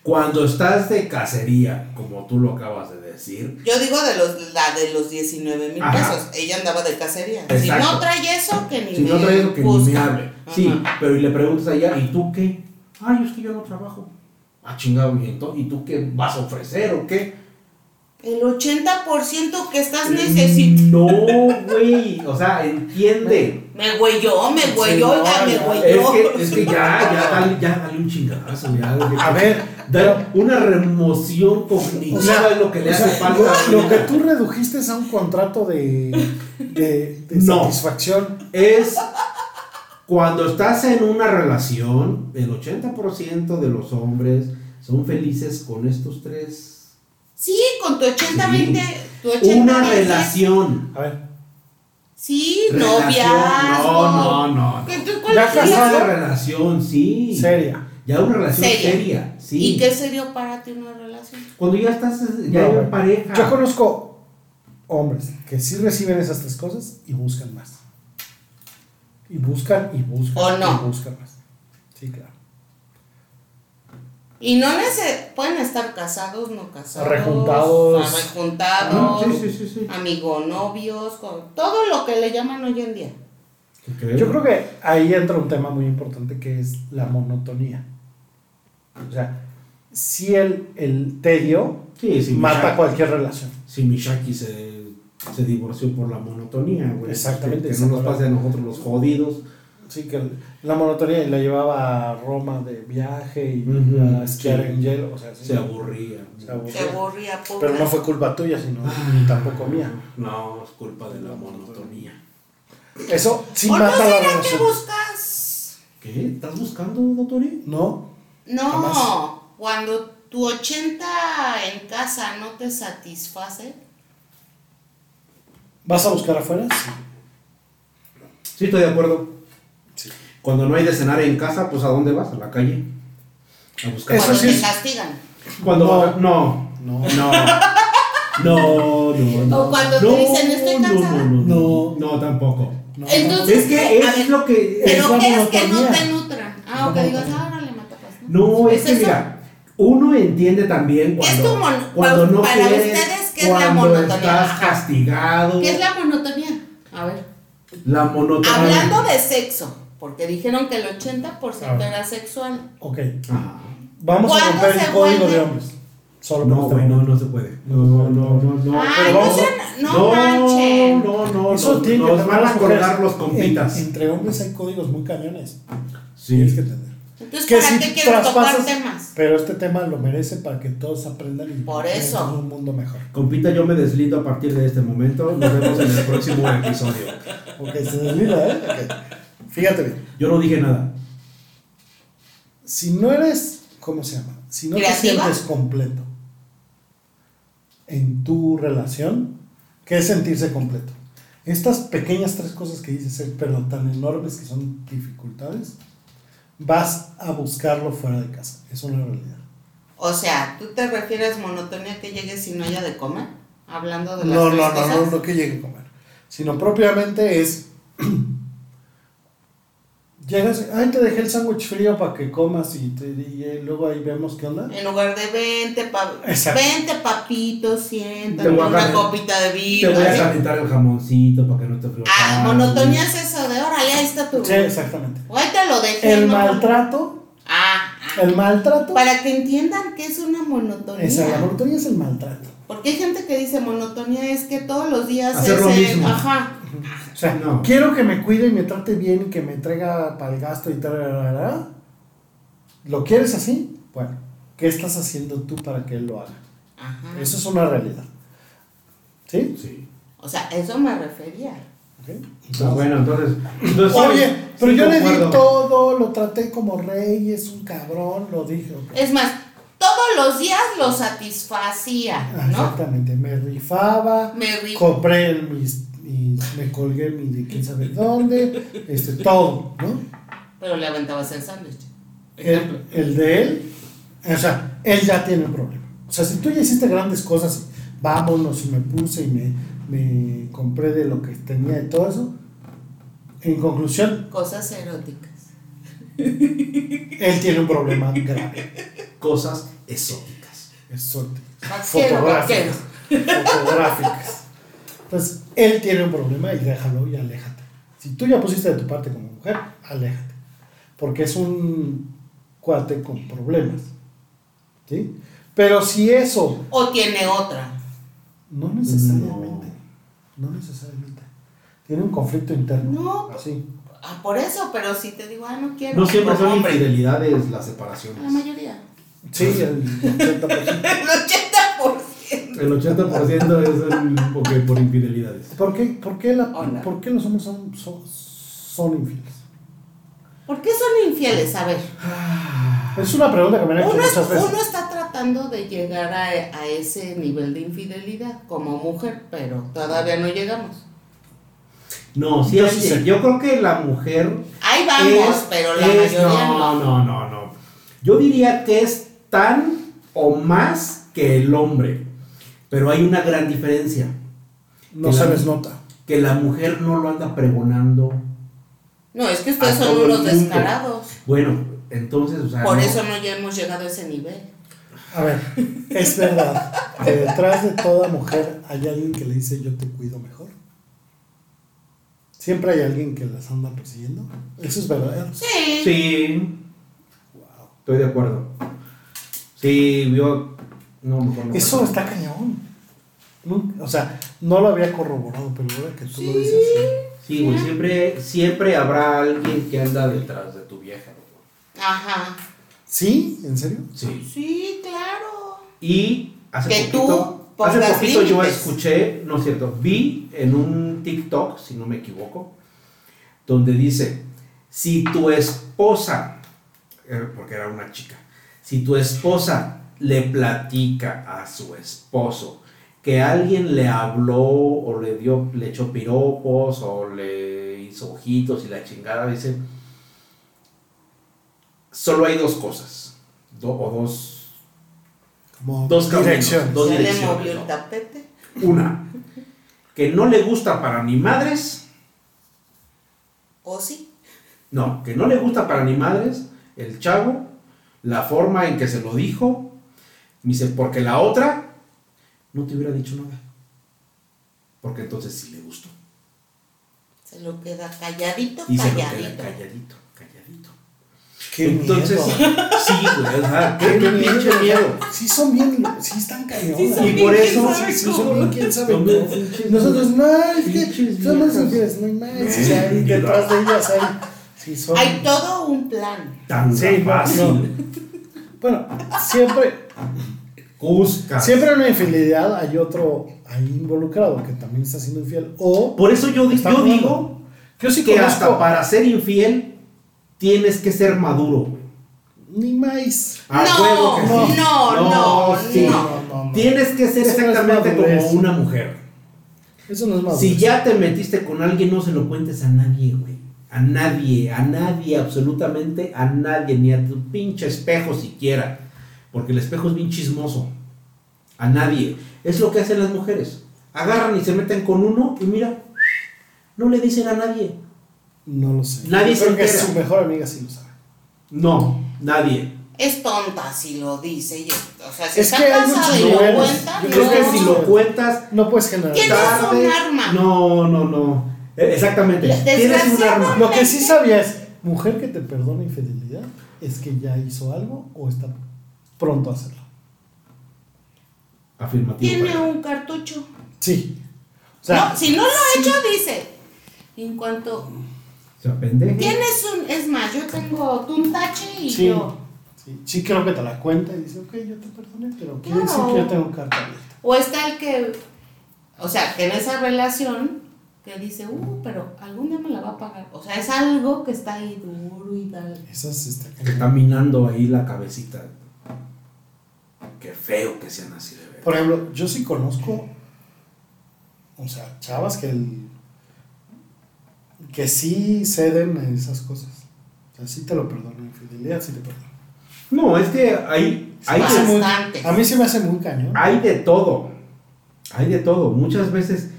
Speaker 1: Cuando estás de cacería, como tú lo acabas de decir,
Speaker 2: Yo digo de los, la de los 19 mil
Speaker 1: Ajá.
Speaker 2: pesos. Ella andaba de cacería. Si
Speaker 1: Exacto.
Speaker 2: no trae eso, que ni
Speaker 1: si no
Speaker 2: me
Speaker 1: traes lo que ni
Speaker 2: busca.
Speaker 1: me hable. Sí,
Speaker 2: Ajá.
Speaker 1: pero y le preguntas allá, ¿y tú qué? Ay, es que yo no trabajo. Ah, chingado, ¿y entonces? ¿Y tú qué vas a ofrecer o qué?
Speaker 2: El 80% que
Speaker 1: Mm.
Speaker 2: estás necesitando.
Speaker 1: No, güey. O sea, entiende.
Speaker 2: Me güeyó, me
Speaker 3: Sí,
Speaker 2: güeyó,
Speaker 3: no,
Speaker 2: oiga, me
Speaker 3: no.
Speaker 1: Es
Speaker 2: güeyó.
Speaker 1: que, es que ya, ya, dale, ya dale un chingadazo. Ya, dale-
Speaker 3: A ver,
Speaker 1: dale una remoción cognitiva
Speaker 3: O sea,
Speaker 1: es lo que le
Speaker 3: o
Speaker 1: hace
Speaker 3: sea,
Speaker 1: falta.
Speaker 3: Lo que tú redujiste es a un contrato de, de, de
Speaker 1: No.
Speaker 3: satisfacción.
Speaker 1: Es cuando estás en una relación, el 80% de los hombres son felices con estos tres.
Speaker 2: Sí, con tu 80-20. Tu 80
Speaker 1: Una relación.
Speaker 3: A ver,
Speaker 2: Sí,
Speaker 1: Relación,
Speaker 2: noviazgo.
Speaker 1: No, no, no.
Speaker 2: ¿Qué
Speaker 1: no.
Speaker 2: tú- cuál
Speaker 3: Ya
Speaker 2: es tu
Speaker 1: Ya
Speaker 3: casado.
Speaker 1: una
Speaker 2: relación?
Speaker 1: relación, sí.
Speaker 3: seria.
Speaker 1: Ya una relación
Speaker 2: Seria.
Speaker 1: seria. sí.
Speaker 2: ¿Y qué sería para ti una relación?
Speaker 1: Cuando ya estás, ya
Speaker 3: No,
Speaker 1: hay
Speaker 3: güey.
Speaker 1: una pareja.
Speaker 3: Yo conozco hombres que sí reciben esas tres cosas y buscan más. Y buscan y buscan
Speaker 2: ¿O no?
Speaker 3: y buscan más. Sí, claro.
Speaker 2: Y no nece- pueden estar casados, no casados.
Speaker 3: Rejuntados.
Speaker 2: Rejuntados.
Speaker 1: Ah, sí, sí, sí, sí.
Speaker 2: Amigo, novios, con- todo lo que le llaman hoy en día.
Speaker 3: Yo creo que ahí entra un tema muy importante que es la monotonía. O sea, si el, el tedio
Speaker 1: Sí, si
Speaker 3: mata
Speaker 1: Mishaki,
Speaker 3: cualquier relación.
Speaker 1: si Mishaki se, se divorció por la monotonía, güey.
Speaker 3: Exactamente,
Speaker 1: Que, que
Speaker 3: se
Speaker 1: no nos
Speaker 3: acabó.
Speaker 1: pase a nosotros los jodidos.
Speaker 3: Sí, que el- la monotonía y la llevaba a Roma de viaje y
Speaker 1: Ujú,
Speaker 3: a esquiar
Speaker 1: sí.
Speaker 3: en hielo. O sea, sí,
Speaker 1: Se aburría.
Speaker 3: se aburría.
Speaker 2: Se aburría, pobre.
Speaker 3: Pero no fue culpa tuya, sino
Speaker 1: Ah.
Speaker 3: ni tampoco mía.
Speaker 1: No, es culpa de la monotonía.
Speaker 3: Eso sí
Speaker 2: ¿O no
Speaker 3: mata la
Speaker 2: será que
Speaker 3: relación.
Speaker 2: buscas
Speaker 1: ¿Qué? ¿Estás buscando, E? doctori?
Speaker 3: No,
Speaker 2: No,
Speaker 3: Jamás.
Speaker 2: cuando tu 80 en casa no te satisface,
Speaker 3: ¿vas a buscar afuera? Sí.
Speaker 1: Sí, estoy de acuerdo. Cuando no hay de cenar en casa, pues ¿a dónde vas? A la calle. A buscar.
Speaker 3: Eso
Speaker 2: Cuando
Speaker 3: sí
Speaker 2: te
Speaker 3: es-
Speaker 2: castigan.
Speaker 1: Cuando
Speaker 3: No.
Speaker 1: baja- no,
Speaker 3: No.
Speaker 1: no, no, no, no.
Speaker 2: O cuando te dicen, "Estoy cansada".
Speaker 1: No, no,
Speaker 3: No.
Speaker 1: no, no, tampoco.
Speaker 3: No,
Speaker 2: Entonces,
Speaker 1: Es que
Speaker 2: ¿qué? A
Speaker 1: es
Speaker 2: ver,
Speaker 1: lo que es
Speaker 2: Pero
Speaker 1: la
Speaker 2: ¿qué es que no
Speaker 1: monotonía.
Speaker 2: te nutran? Ah, o que
Speaker 3: No,
Speaker 2: digas,
Speaker 3: no.
Speaker 2: ahora le matapas.
Speaker 1: No, es, que
Speaker 2: eso?
Speaker 1: mira, uno entiende también
Speaker 2: ¿Qué es
Speaker 1: cuando,
Speaker 2: tu mon-
Speaker 1: cuando no
Speaker 2: para
Speaker 1: quieres,
Speaker 2: ustedes, ¿qué es la
Speaker 1: cuando
Speaker 2: monotonía?
Speaker 1: estás
Speaker 2: Ajá.
Speaker 1: castigado,
Speaker 2: ¿Qué es la monotonía? A ver.
Speaker 1: la monotonía.
Speaker 2: Hablando de sexo, porque dijeron que el 80%
Speaker 3: Ah.
Speaker 2: era sexual.
Speaker 3: Ok,
Speaker 1: Ah,
Speaker 3: vamos a
Speaker 2: ¿Cuándo
Speaker 3: romper
Speaker 2: se
Speaker 3: el código
Speaker 2: vuelve?
Speaker 3: de hombres. Solo
Speaker 1: no,
Speaker 3: por este
Speaker 1: güey, no,
Speaker 3: momento.
Speaker 1: no se puede. No, no, no, no.
Speaker 2: Ay,
Speaker 1: pero
Speaker 2: no
Speaker 1: vamos-
Speaker 2: sean- no manchen.
Speaker 1: no, no, no,
Speaker 3: Eso
Speaker 1: no,
Speaker 3: tiene
Speaker 1: nos
Speaker 3: que tener
Speaker 1: van a
Speaker 3: las mujeres.
Speaker 1: colgar los compitas.
Speaker 3: En- entre hombres hay códigos muy cañones. Tienes que
Speaker 1: sí.
Speaker 3: tener.
Speaker 2: Entonces,
Speaker 3: Que
Speaker 2: ¿para
Speaker 3: si
Speaker 2: qué quieres tocar
Speaker 3: traspasas-
Speaker 2: temas?
Speaker 3: Pero este tema lo merece para que todos aprendan y
Speaker 2: Por
Speaker 3: vivan
Speaker 2: eso.
Speaker 3: en un mundo mejor.
Speaker 1: Compita, yo me deslindo a partir de este momento. Nos vemos en el próximo episodio.
Speaker 3: Ok, se deslila, ¿eh? Ok. Fíjate bien.
Speaker 1: Yo no dije nada.
Speaker 3: Si no eres, ¿cómo se llama? Si no
Speaker 2: ¿Creativa?
Speaker 3: te sientes completo en tu relación, ¿qué es sentirse completo? Estas pequeñas tres cosas que dices, eh, pero tan enormes que son dificultades, vas a buscarlo fuera de casa. Es una realidad.
Speaker 2: O sea, ¿tú te refieres monotonía que llegues y no haya de comer? Hablando de las
Speaker 3: No,
Speaker 2: tres
Speaker 3: no, no,
Speaker 2: cosas.
Speaker 3: no, no que llegue a comer. Sino propiamente es. Llegas, ay, te dejé el sándwich frío para que comas y, te- y, eh, luego ahí vemos qué onda.
Speaker 2: En lugar de vente, pa-
Speaker 3: Exacto.
Speaker 2: vente papito,
Speaker 1: Te
Speaker 2: siéntate,
Speaker 1: voy a
Speaker 2: una
Speaker 1: calentar-
Speaker 2: copita de
Speaker 1: Te
Speaker 2: vino.
Speaker 1: voy a
Speaker 2: así.
Speaker 1: calentar el jamoncito para que no te flotas.
Speaker 2: Ah, monotonía es eso de órale, ahí está tu.
Speaker 3: Sí, exactamente.
Speaker 2: O ahí te lo dejé.
Speaker 3: El
Speaker 2: ¿no?
Speaker 3: maltrato,
Speaker 2: Ah, ah.
Speaker 3: el maltrato.
Speaker 2: Para que entiendan que es una monotonía.
Speaker 3: Esa, la monotonía es el maltrato.
Speaker 2: Porque hay gente que dice monotonía es que todos los días
Speaker 1: Hacer
Speaker 2: es
Speaker 1: lo
Speaker 2: el-
Speaker 1: mismo.
Speaker 2: Ajá.
Speaker 3: O sea,
Speaker 1: No.
Speaker 3: quiero que me cuide y me trate bien y que me entrega para el gasto y tal. ¿Lo quieres así? Bueno, ¿qué estás haciendo tú para que él lo haga?
Speaker 2: Ajá.
Speaker 3: Eso es una realidad. ¿Sí?
Speaker 1: Sí.
Speaker 2: O sea, eso me refería.
Speaker 3: Ok.
Speaker 1: Ah, bueno, entonces. entonces
Speaker 3: Oye,
Speaker 1: sí,
Speaker 3: pero
Speaker 1: sí,
Speaker 3: yo le
Speaker 1: concuerdo.
Speaker 3: di todo, lo traté como rey, es un cabrón, lo dije. ok.
Speaker 2: Es más, todos los días lo satisfacía,
Speaker 3: Ah,
Speaker 2: ¿no?
Speaker 3: Exactamente, me rifaba,
Speaker 2: Me ri-
Speaker 3: compré el- mis, mis- me colgué mi de quién sabe dónde, este, todo, ¿no?
Speaker 2: Pero le aventabas el sándwich.
Speaker 3: El, el de él, o sea, él ya tiene un problema. O sea, si tú ya hiciste grandes cosas, y vámonos, y me puse y me, me compré de lo que tenía y todo eso, en conclusión,
Speaker 2: Cosas eróticas.
Speaker 3: él tiene un problema grave.
Speaker 1: Cosas exóticas.
Speaker 3: Es suerte.
Speaker 2: Quiero,
Speaker 3: fotográficas.
Speaker 2: quiero.
Speaker 3: Fotográficas. Entonces, él tiene un problema y déjalo y aléjate. Si tú ya pusiste de tu parte como mujer, aléjate. Porque es un cuate con problemas. ¿Sí? Pero si eso,
Speaker 2: O tiene otra.
Speaker 3: no necesariamente, no necesariamente, tiene un conflicto interno.
Speaker 2: No,
Speaker 3: Así.
Speaker 2: ah, por eso, pero si te digo, ah, no quiero.
Speaker 1: No siempre
Speaker 2: como
Speaker 1: son
Speaker 2: hombre.
Speaker 1: infidelidades las
Speaker 2: La
Speaker 1: separaciones.
Speaker 2: mayoría.
Speaker 3: Sí, el 80%.
Speaker 2: El 80%.
Speaker 1: El 80% es el, ok, por infidelidades.
Speaker 3: ¿Por qué, por qué la-
Speaker 2: Hola.
Speaker 3: por qué los hombres son, son, son infieles?
Speaker 2: ¿Por qué son infieles? A ver.
Speaker 1: Ah.
Speaker 3: Es una pregunta que me han hecho
Speaker 2: Uno, es-
Speaker 3: muchas veces.
Speaker 2: uno está tratando de llegar a, a ese nivel de infidelidad como mujer, pero todavía no llegamos.
Speaker 1: No, sí,
Speaker 3: Yo
Speaker 1: es
Speaker 3: sí
Speaker 1: que-
Speaker 3: sé.
Speaker 1: yo creo que la mujer
Speaker 2: Ahí vamos,
Speaker 1: es-
Speaker 2: pero la
Speaker 1: es-
Speaker 2: mayoría no.
Speaker 1: no, no, no, no. Yo diría que es tan o más que el hombre. Pero hay una gran diferencia.
Speaker 3: No se les nota.
Speaker 1: Que la mujer no lo anda pregonando.
Speaker 2: No, es que ustedes
Speaker 1: A
Speaker 2: son
Speaker 1: todo el
Speaker 2: unos
Speaker 1: mundo.
Speaker 2: descarados.
Speaker 1: Bueno, entonces, o sea.
Speaker 2: Por
Speaker 1: no.
Speaker 2: eso no ya hemos llegado a ese nivel.
Speaker 3: A ver, es verdad que detrás de toda mujer hay alguien que le dice yo te cuido mejor. Siempre hay alguien que las anda persiguiendo. Eso es verdadero.
Speaker 2: Sí.
Speaker 1: Sí. Estoy de acuerdo. Sí, yo. No, mejor no.
Speaker 3: Eso está cañón. Nunca- O sea, no lo había corroborado, pero ahora que tú lo dices. sí.
Speaker 1: Sí, güey, siempre, siempre habrá alguien que anda detrás de tu vieja. güey.
Speaker 2: Ajá.
Speaker 3: ¿Sí? ¿En serio?
Speaker 1: Sí.
Speaker 2: Sí, claro.
Speaker 1: Y hace
Speaker 2: Que tú
Speaker 1: poquito, hace
Speaker 2: pongas
Speaker 1: poquito yo
Speaker 2: límites.
Speaker 1: escuché, no es cierto, vi en un TikTok, si no me equivoco, donde dice, si tu esposa, eh, porque era una chica, si tu esposa le platica a su esposo que alguien le habló o le dio, le echó piropos o le hizo ojitos y la chingada, dice, solo hay dos cosas. do- o dos.
Speaker 3: Como
Speaker 1: Dos caminos.
Speaker 3: dirección.
Speaker 1: Dos
Speaker 2: ya le
Speaker 1: direcciones,
Speaker 2: movió
Speaker 1: ¿no?
Speaker 2: el tapete.
Speaker 1: Una, que no le gusta para ni madres.
Speaker 2: ¿O sí?
Speaker 1: No, que no le gusta para ni madres el chavo, la forma en que se lo dijo. Me dice, porque la otra no te hubiera dicho nada. Porque entonces sí le gustó.
Speaker 2: Se lo queda calladito,
Speaker 1: Y se lo queda
Speaker 2: calladito.
Speaker 1: calladito, calladito.
Speaker 3: Qué
Speaker 1: entonces,
Speaker 3: miedo.
Speaker 1: sí, güey, o sea, qué
Speaker 3: Qué
Speaker 1: pinche miedo.
Speaker 3: Sí son bien, sí están cañonas.
Speaker 2: Sí son
Speaker 1: Y por
Speaker 2: bien,
Speaker 1: eso-
Speaker 2: quién
Speaker 3: Sí,
Speaker 2: sabe
Speaker 3: sí,
Speaker 2: cómo.
Speaker 3: son bien, quién sabe.
Speaker 1: Son
Speaker 3: cómo.
Speaker 1: bien pinches
Speaker 3: Nosotros, no, es que
Speaker 1: Pinches
Speaker 3: son las
Speaker 1: viejas.
Speaker 3: mujeres, no más. O sea, ahí
Speaker 1: Eh,
Speaker 3: detrás de ellas hay. Sí, son.
Speaker 2: Hay todo un plan.
Speaker 1: Tan
Speaker 3: Sí,
Speaker 1: fácil.
Speaker 3: Bueno, siempre,
Speaker 1: Cusca.
Speaker 3: siempre en una infidelidad hay otro ahí involucrado que también está siendo infiel. O
Speaker 1: Por eso yo, di-
Speaker 3: Está
Speaker 1: yo
Speaker 3: jugando.
Speaker 1: digo
Speaker 3: yo sí
Speaker 1: que
Speaker 3: conozco
Speaker 1: hasta para ser infiel tienes que ser maduro. güey.
Speaker 3: ni más.
Speaker 1: A
Speaker 2: No,
Speaker 1: huevo que sí.
Speaker 2: no, no, no.
Speaker 1: Tienes que ser
Speaker 3: Eso no es
Speaker 1: exactamente
Speaker 3: madurez.
Speaker 1: como una mujer.
Speaker 3: Eso no es madurez.
Speaker 1: Si ya te metiste con alguien, no se lo cuentes a nadie, güey. A nadie, a nadie, absolutamente a nadie, ni a tu pinche espejo siquiera. Porque el espejo es bien chismoso. A nadie. Es lo que hacen las mujeres. Agarran y se meten con uno y mira, no le dicen a nadie.
Speaker 3: No lo sé.
Speaker 1: Nadie
Speaker 3: Yo creo
Speaker 1: se
Speaker 3: que
Speaker 1: entera.
Speaker 3: su mejor amiga sí lo sabe.
Speaker 1: No, nadie.
Speaker 2: Es tonta si lo dice. y- o sea, si
Speaker 3: Es
Speaker 2: está
Speaker 3: que hay
Speaker 2: casada
Speaker 3: muchos
Speaker 2: y lo
Speaker 3: niveles.
Speaker 2: cuenta,
Speaker 3: Yo
Speaker 1: Creo
Speaker 2: no.
Speaker 1: que si lo cuentas,
Speaker 3: No puedes generar.
Speaker 2: ¿Quién es?
Speaker 1: tarde.
Speaker 2: un arma.
Speaker 1: No, no, no. Eh, Exactamente. Tienes un
Speaker 2: Desgraciado.
Speaker 1: arma.
Speaker 3: Lo que sí sabía es, mujer que te perdona infidelidad es que ya hizo algo o está pronto a hacerlo.
Speaker 1: Afirmativo.
Speaker 2: Tiene
Speaker 1: padre.
Speaker 2: un cartucho.
Speaker 3: Sí. O sea,
Speaker 2: no, si no lo ha hecho, dice. En cuanto
Speaker 1: Se apende.
Speaker 2: tienes un. Es más, yo tengo tú un tache y
Speaker 3: sí,
Speaker 2: yo.
Speaker 3: sí. Sí creo que te la cuenta y dice, ok, yo te perdoné, pero quiere
Speaker 2: Claro.
Speaker 3: decir que yo tengo carta abierta.
Speaker 2: O está el que. O sea, que en esa relación. Que dice, uh, pero algún día me la va a pagar. O sea, es algo que está ahí duro y tal.
Speaker 3: Esas está
Speaker 1: Que está minando ahí la cabecita. Qué feo que sean así de ver.
Speaker 3: Por ejemplo, yo sí conozco, o sea, chavas que el- que sí ceden a esas cosas. O sea, sí te lo perdono, infidelidad sí te perdono.
Speaker 1: No, es que hay, hay,
Speaker 3: Se me hace
Speaker 1: de,
Speaker 3: muy-
Speaker 2: Bastantes.
Speaker 3: a mí se me hace muy cañón.
Speaker 1: hay de todo. Hay de todo. Muchas veces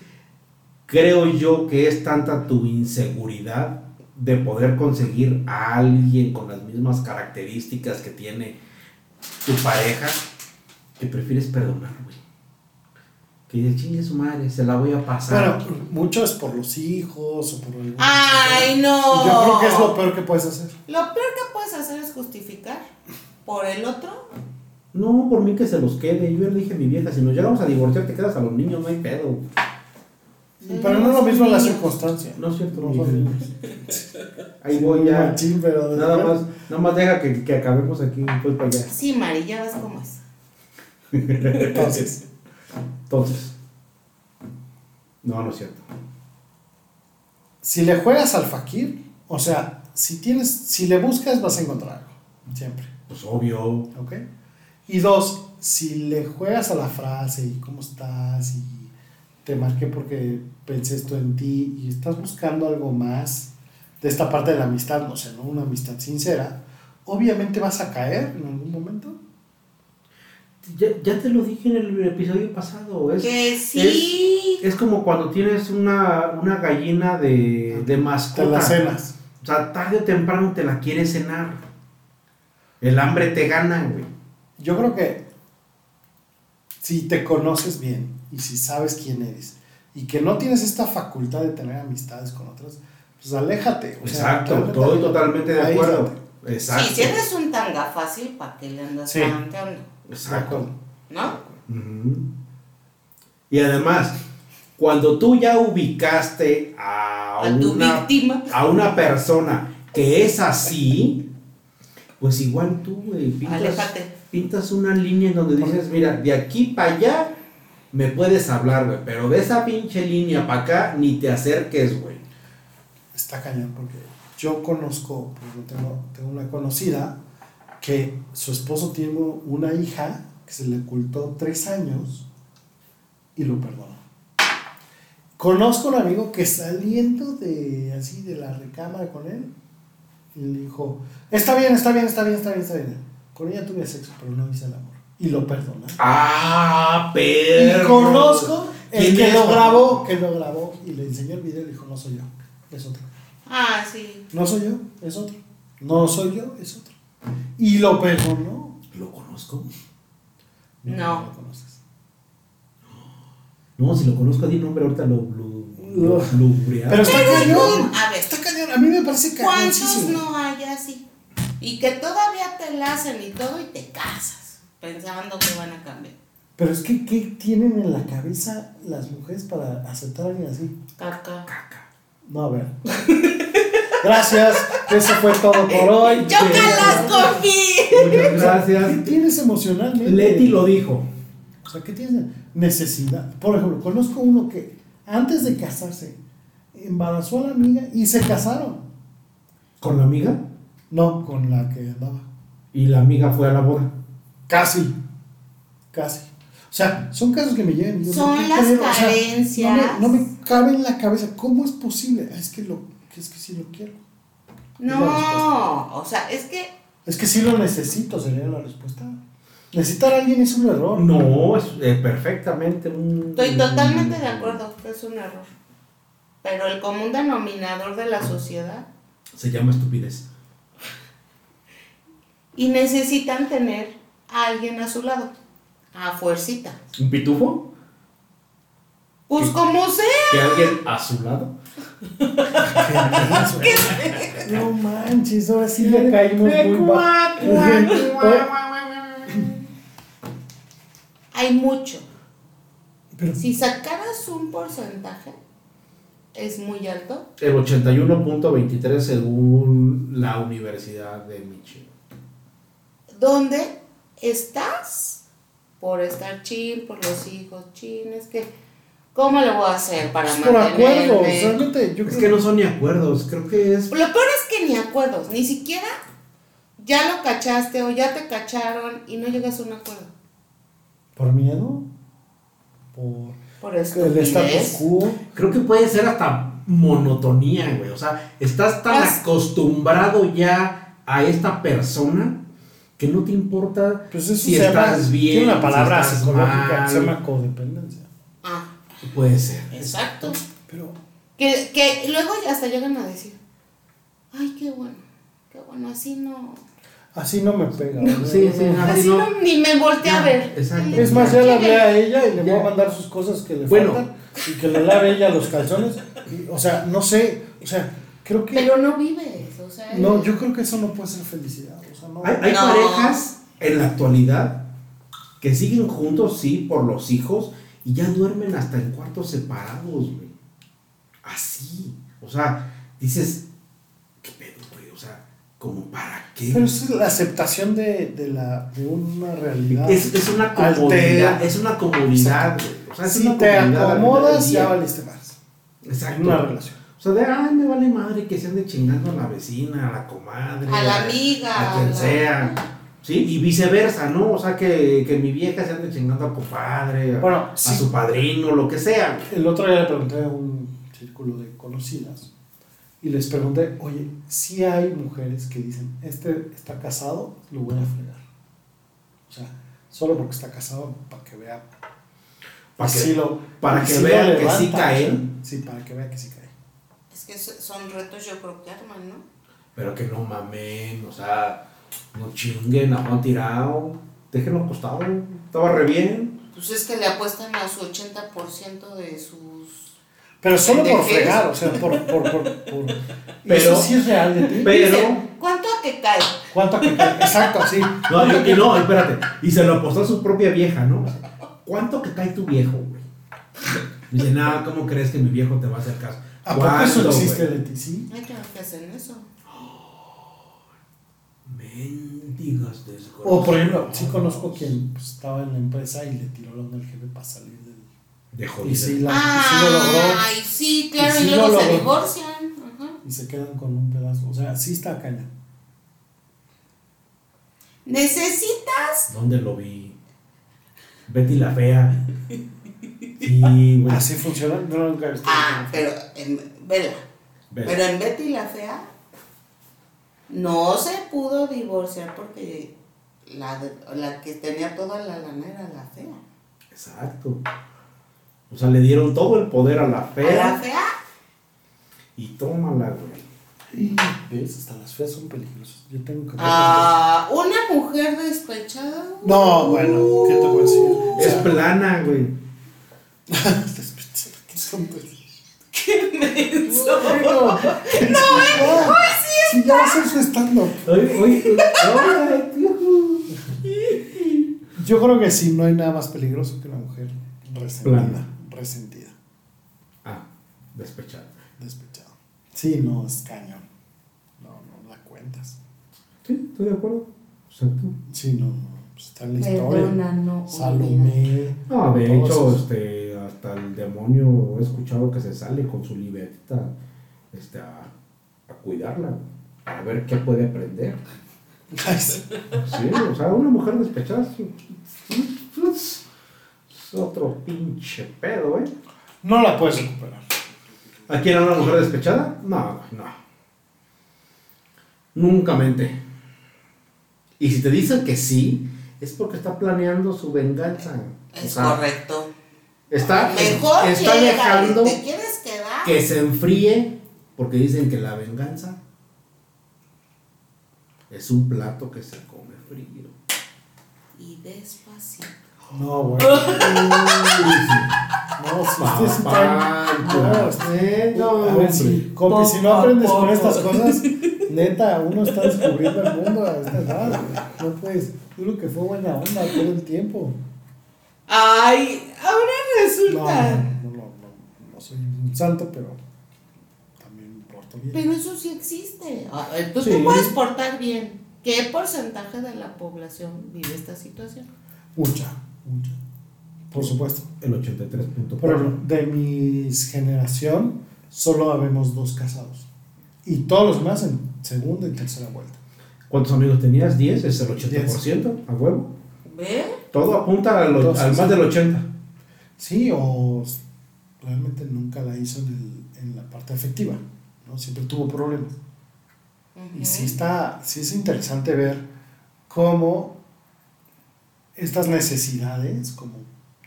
Speaker 1: creo yo que es tanta tu inseguridad de poder conseguir a alguien con las mismas características que tiene tu pareja que prefieres perdonar, güey. Que dices, chingue su madre, se la voy a pasar.
Speaker 3: Bueno, mucho es por los hijos o por algo.
Speaker 2: Ay, no.
Speaker 3: Yo creo que es lo peor que puedes hacer.
Speaker 2: Lo peor que puedes hacer es justificar por el otro.
Speaker 1: No, por mí que se los quede. Yo ya le dije a mi vieja, si nos llegamos a divorciar, te quedas a los niños, no hay pedo.
Speaker 3: Pero no es lo mismo la circunstancia.
Speaker 1: No es cierto,
Speaker 3: No
Speaker 1: no
Speaker 3: son niños.
Speaker 1: Ahí voy ya.
Speaker 3: Machín, pero
Speaker 1: Nada más, nada más deja que, que acabemos aquí y pues para allá.
Speaker 2: Sí, Mari, ya ves cómo es.
Speaker 3: Entonces,
Speaker 1: Entonces. No, no es cierto.
Speaker 3: si le juegas al fakir, o sea, si tienes, si le buscas vas a encontrar algo, siempre,
Speaker 1: Pues obvio.
Speaker 3: ¿ok? Y dos, si le juegas a la frase y cómo estás y te marqué porque pensé esto en ti y estás buscando algo más de esta parte de la amistad, no sé, ¿no? Una amistad sincera, obviamente vas a caer en algún momento.
Speaker 1: Ya, ya te lo dije en el episodio pasado. Es,
Speaker 2: Que sí.
Speaker 1: es como cuando tienes una, una gallina de, de
Speaker 3: Te
Speaker 1: mascota.
Speaker 3: las cenas.
Speaker 1: O sea, tarde o temprano te la quieres cenar. El hambre te gana, güey.
Speaker 3: Yo creo que si te conoces bien y si sabes quién eres y que no tienes esta facultad de tener amistades con otras, pues aléjate. o sea,
Speaker 1: Exacto,
Speaker 3: aléjate,
Speaker 1: estoy totalmente de
Speaker 3: aíslate.
Speaker 1: acuerdo. Exacto.
Speaker 2: Sí, si eres un tanga fácil, ¿para qué le andas
Speaker 3: Sí.
Speaker 2: planteando?
Speaker 3: De
Speaker 1: Exacto.
Speaker 3: acuerdo.
Speaker 2: ¿No?
Speaker 1: Ujú. Y además, cuando tú ya ubicaste a,
Speaker 2: A tu
Speaker 1: una,
Speaker 2: víctima.
Speaker 1: a una persona que es así, pues igual tú güey, pintas,
Speaker 2: Aléjate.
Speaker 1: pintas una línea en donde dices, mira, de aquí para allá me puedes hablar, güey, pero de esa pinche línea para acá ni te acerques, güey.
Speaker 3: Está cañón porque yo conozco, por ejemplo, tengo, tengo una conocida que su esposo tiene una hija que se le ocultó tres años y lo perdonó. Conozco un amigo que saliendo de así de la recámara con él, Y le dijo, está bien, está bien, está bien, está bien, está bien. Con ella tuve sexo, pero no hice el amor. Y lo perdona.
Speaker 1: Ah,
Speaker 3: Y
Speaker 1: pero.
Speaker 3: conozco el
Speaker 1: ¿Quién
Speaker 3: que
Speaker 1: es,
Speaker 3: lo
Speaker 1: papá?
Speaker 3: grabó, que lo grabó y le enseñó el video y le dijo, no soy yo, es otro.
Speaker 2: Ah, sí.
Speaker 3: No soy yo, es otro. No soy yo, es otro. Y lo perdonó.
Speaker 1: ¿Lo conozco?
Speaker 2: No.
Speaker 3: lo conoces.
Speaker 1: No, si lo conozco, di nombre ahorita lo. lo,
Speaker 3: Lo-
Speaker 1: lo lumbreado.
Speaker 3: Pero está
Speaker 2: Pero
Speaker 3: cañón.
Speaker 2: no, a ver.
Speaker 3: Está cañón. A mí me parece
Speaker 2: ¿Cuántos
Speaker 3: cañoncísimo.
Speaker 2: no hay así? Y que todavía te enlacen y todo y te casas pensando que van a cambiar.
Speaker 3: Pero es que, ¿qué tienen en la cabeza las mujeres para aceptar a alguien así?
Speaker 2: Caca.
Speaker 1: Caca.
Speaker 3: No, a ver. Gracias. Eso fue todo por hoy.
Speaker 2: ¡Chócalas, Cofi!
Speaker 1: Muchas
Speaker 3: ¿Qué
Speaker 1: gracias.
Speaker 3: tienes emocionalmente?
Speaker 1: Leti lo dijo.
Speaker 3: O sea, ¿qué tienes necesidad? Por ejemplo, conozco uno que antes de casarse embarazó a la amiga y se casaron.
Speaker 1: Con la amiga.
Speaker 3: No, con la que andaba.
Speaker 1: Y la amiga fue a la boda.
Speaker 3: Casi. Casi. O sea, son casos que me llevan. yo
Speaker 2: Son
Speaker 3: digo, ¿qué
Speaker 2: las
Speaker 3: creo? O sea,
Speaker 2: carencias.
Speaker 3: no, me, no me cabe en la cabeza. ¿Cómo es posible? Ah, Es que lo, es que sí lo quiero.
Speaker 2: No, o sea, es que
Speaker 3: Es que sí lo necesito, sería la respuesta. Necesitar a alguien es un error.
Speaker 1: No, es eh, perfectamente un.
Speaker 2: estoy totalmente de acuerdo, es un error. Pero el común denominador de la sociedad
Speaker 1: Se llama estupidez.
Speaker 2: y necesitan tener a alguien a su lado, a fuercita.
Speaker 1: ¿Un pitufo?
Speaker 2: Pues como sea,
Speaker 1: Que alguien a su lado.
Speaker 3: ¿Qué es eso? no manches, ahora sí le caímos muy bajo.
Speaker 2: hay mucho.
Speaker 3: Pero
Speaker 2: Si sacaras un porcentaje, es muy alto.
Speaker 1: El 81.23 según la Universidad de Michigan.
Speaker 2: ¿Dónde estás? Por estar chin, por los hijos chin, es que, ¿cómo le voy a hacer para
Speaker 3: es por acuerdo,
Speaker 2: mantenerme?
Speaker 3: realmente yo
Speaker 1: Es que
Speaker 3: creo
Speaker 1: no son ni acuerdos, creo que es.
Speaker 2: Lo peor es que ni acuerdos, ni siquiera ya lo cachaste o ya te cacharon y no llegas a un acuerdo.
Speaker 3: por miedo, por
Speaker 2: Por eso.
Speaker 3: el status quo.
Speaker 1: Creo que puede ser hasta monotonía, güey. O sea, estás tan
Speaker 2: Es-
Speaker 1: acostumbrado ya a esta persona que no te importa
Speaker 3: Pues eso
Speaker 1: si
Speaker 3: se llama-
Speaker 1: estás bien.
Speaker 3: tiene una palabra
Speaker 1: si estás
Speaker 3: psicológica,
Speaker 1: mal.
Speaker 3: se llama codependencia.
Speaker 2: Ah,
Speaker 1: Puede ser.
Speaker 2: exacto.
Speaker 3: Pero
Speaker 2: Que, que luego hasta llegan a decir, ay, qué bueno, qué bueno, así no.
Speaker 3: así no me pega. ¿no?
Speaker 1: Sí, sí, ajá.
Speaker 2: Así
Speaker 1: no.
Speaker 2: no, ni me volteé a
Speaker 1: Ya,
Speaker 2: ver.
Speaker 1: exacto.
Speaker 3: Es más, ya la hablé a ella y le voy
Speaker 1: Ya.
Speaker 3: a mandar sus cosas que le
Speaker 1: Bueno.
Speaker 3: faltan y que le lave ella los calzones. Y, o sea, no sé, o sea, creo que...
Speaker 2: Pero no vives, o sea.
Speaker 3: No, yo creo que eso no puede ser felicidad. O sea, no.
Speaker 1: Hay, hay
Speaker 2: No.
Speaker 1: parejas en la actualidad que siguen juntos, sí, por los hijos, y ya duermen hasta en cuartos separados, güey. Así. O sea, dices, ¿qué pedo, güey? O sea, ¿como para qué?
Speaker 3: Pero es la aceptación de, de la, de una realidad.
Speaker 1: es, es una comodidad, es una comodidad, güey. O sea, es
Speaker 3: si
Speaker 1: una
Speaker 3: te
Speaker 1: comodidad al final
Speaker 3: acomodas,
Speaker 1: del
Speaker 3: ya
Speaker 1: día.
Speaker 3: valiste más. En
Speaker 1: Exacto.
Speaker 3: una relación.
Speaker 1: O sea, de, ay, me vale madre que se ande chingando a la vecina, a la comadre,
Speaker 2: A la amiga,
Speaker 1: a quien
Speaker 2: a la-
Speaker 1: sea. Sí, y viceversa, ¿no? O sea, que, que mi vieja se ande chingando a compadre, a-
Speaker 3: Bueno,
Speaker 1: a
Speaker 3: sí.
Speaker 1: su padrino, lo que sea.
Speaker 3: El otro día le pregunté a un círculo de conocidas y les pregunté, oye, si hay mujeres que dicen, este está casado, lo voy a fregar. O sea, solo porque está casado, para que vea.
Speaker 1: Para
Speaker 3: sí
Speaker 1: que,
Speaker 3: lo-
Speaker 1: para que
Speaker 3: sí lo
Speaker 1: vean que sí
Speaker 3: levanta.
Speaker 1: caen,
Speaker 3: Sí, para que vea que sí cae.
Speaker 2: Es que so- son retos, yo creo que arman, ¿no?
Speaker 1: pero que no mamen, o sea, no chinguen, a Juan tirado, déjenlo acostado, estaba re bien.
Speaker 2: Pues es que le apuestan a su 80% de sus.
Speaker 3: Pero solo por
Speaker 2: ¿De qué?
Speaker 3: fregar, o sea, por. por, por, por-
Speaker 1: Pero-
Speaker 3: eso sí es real de ti.
Speaker 1: Pero,
Speaker 2: Dicen, ¿Cuánto a que cae?
Speaker 3: ¿Cuánto que cae? Exacto, sí.
Speaker 1: no, y- y no, espérate, y se lo apostó a su propia vieja, ¿no? ¿Cuánto que cae tu viejo, güey? Dice, nada, ¿cómo crees que mi viejo te va a hacer caso?
Speaker 3: ¿A poco eso
Speaker 1: ¿Cuándo,
Speaker 3: existe
Speaker 1: güey?
Speaker 3: de ti? Sí.
Speaker 2: Hay que hacer eso.
Speaker 1: Mendigas desgraciadas.
Speaker 3: O por ejemplo, sí conozco quien pues, estaba en la empresa y le tiró la onda al jefe para salir del.
Speaker 1: De
Speaker 3: Y
Speaker 1: jodida.
Speaker 3: sí, la,
Speaker 2: Ah.
Speaker 3: y sí lo logró
Speaker 2: Ay, sí, claro,
Speaker 3: Y
Speaker 2: y,
Speaker 3: sí
Speaker 2: luego
Speaker 3: lo
Speaker 2: se
Speaker 3: logró.
Speaker 2: divorcian. Ajá.
Speaker 3: y se quedan con un pedazo. O sea, sí está caña.
Speaker 2: Necesitas.
Speaker 1: ¿Dónde lo vi? Betty la fea. Y, güey.
Speaker 3: Así funciona. No no, nunca he visto.
Speaker 2: Ah, pero en, vela.
Speaker 1: Betty.
Speaker 2: Pero en Betty la Fea No se pudo divorciar porque la, de- la que tenía toda la lana era la fea.
Speaker 1: Exacto. O sea, le dieron todo el poder a la
Speaker 2: ¿A la
Speaker 1: fea
Speaker 2: fea?
Speaker 1: y tómala, güey.
Speaker 3: ¿Ves? Hasta las feas son peligrosas. Yo tengo que.
Speaker 2: Ah, una mujer despechada.
Speaker 3: No, bueno, ¿qué te puedo decir? O
Speaker 1: Es
Speaker 3: sea,
Speaker 1: plana, güey.
Speaker 3: ¿qué son peligrosas?
Speaker 2: ¡Qué menso!
Speaker 3: No, no, Si ya va a ser su stand-up.
Speaker 1: Oye, oye, oye, tío.
Speaker 3: Yo creo que sí, no hay nada más peligroso que una mujer resentida.
Speaker 1: Blanda.
Speaker 3: Resentida,
Speaker 1: Ah, despechada.
Speaker 3: despechada. Sí, no, es cañón. No, no la cuentas.
Speaker 1: Sí, estoy de acuerdo. Exacto.
Speaker 3: Sí, no, no, pues está en la historia.
Speaker 2: Perdona, no. olvida.
Speaker 3: Salomé.
Speaker 1: No, de
Speaker 3: todos
Speaker 1: hecho,
Speaker 3: esos.
Speaker 1: este, hasta el demonio he escuchado que se sale con su libreta este, a, a cuidarla, a ver qué puede aprender.
Speaker 3: Ay, sí.
Speaker 1: Sí, o sea, una mujer despechada es- es otro pinche pedo, ¿eh?
Speaker 3: No la puedes recuperar.
Speaker 1: ¿A quién era una mujer despechada? No, no. Nunca mente. Y si te dicen que sí, es porque está planeando su venganza. O
Speaker 2: Es
Speaker 1: sea,
Speaker 2: correcto.
Speaker 3: Ah,
Speaker 1: Está,
Speaker 2: Mejor
Speaker 1: está
Speaker 2: llega,
Speaker 1: dejando
Speaker 2: ¿Te quieres quedar?
Speaker 1: que se enfríe porque dicen que la venganza es un plato que se come frío.
Speaker 2: Y despacito.
Speaker 3: No, bueno. No, si ustedes están.
Speaker 1: Papá, eh, no,
Speaker 3: a ver si,
Speaker 1: hombre.
Speaker 3: compi, si no
Speaker 2: Poco a
Speaker 3: aprendes con
Speaker 2: poco.
Speaker 3: estas cosas, neta, uno está descubriendo el mundo a esta edad. No puedes. Tú lo que fue buena onda todo el tiempo.
Speaker 2: Ay, ahora
Speaker 3: No,
Speaker 2: resulta.
Speaker 3: no, no, no, no, no soy un santo, pero también me porto bien.
Speaker 2: Pero eso sí existe. A ver, Tú
Speaker 1: Sí.
Speaker 2: te puedes portar bien. ¿Qué porcentaje de la población vive esta situación?
Speaker 3: Mucha, mucha. Por supuesto.
Speaker 1: El 83.4.
Speaker 3: Por ejemplo, de mi generación, solo habemos dos casados. Y todos los demás en segunda y tercera vuelta.
Speaker 1: ¿Cuántos amigos tenías? 10, es el 80%, a huevo.
Speaker 2: ¿Ve?
Speaker 1: Todo apunta al,
Speaker 3: Entonces,
Speaker 1: al más del 80.
Speaker 3: Sí, o s- realmente nunca la hizo en, el- en la parte afectiva, ¿no? Siempre tuvo problemas. Y sí está, sí es interesante ver cómo estas necesidades, como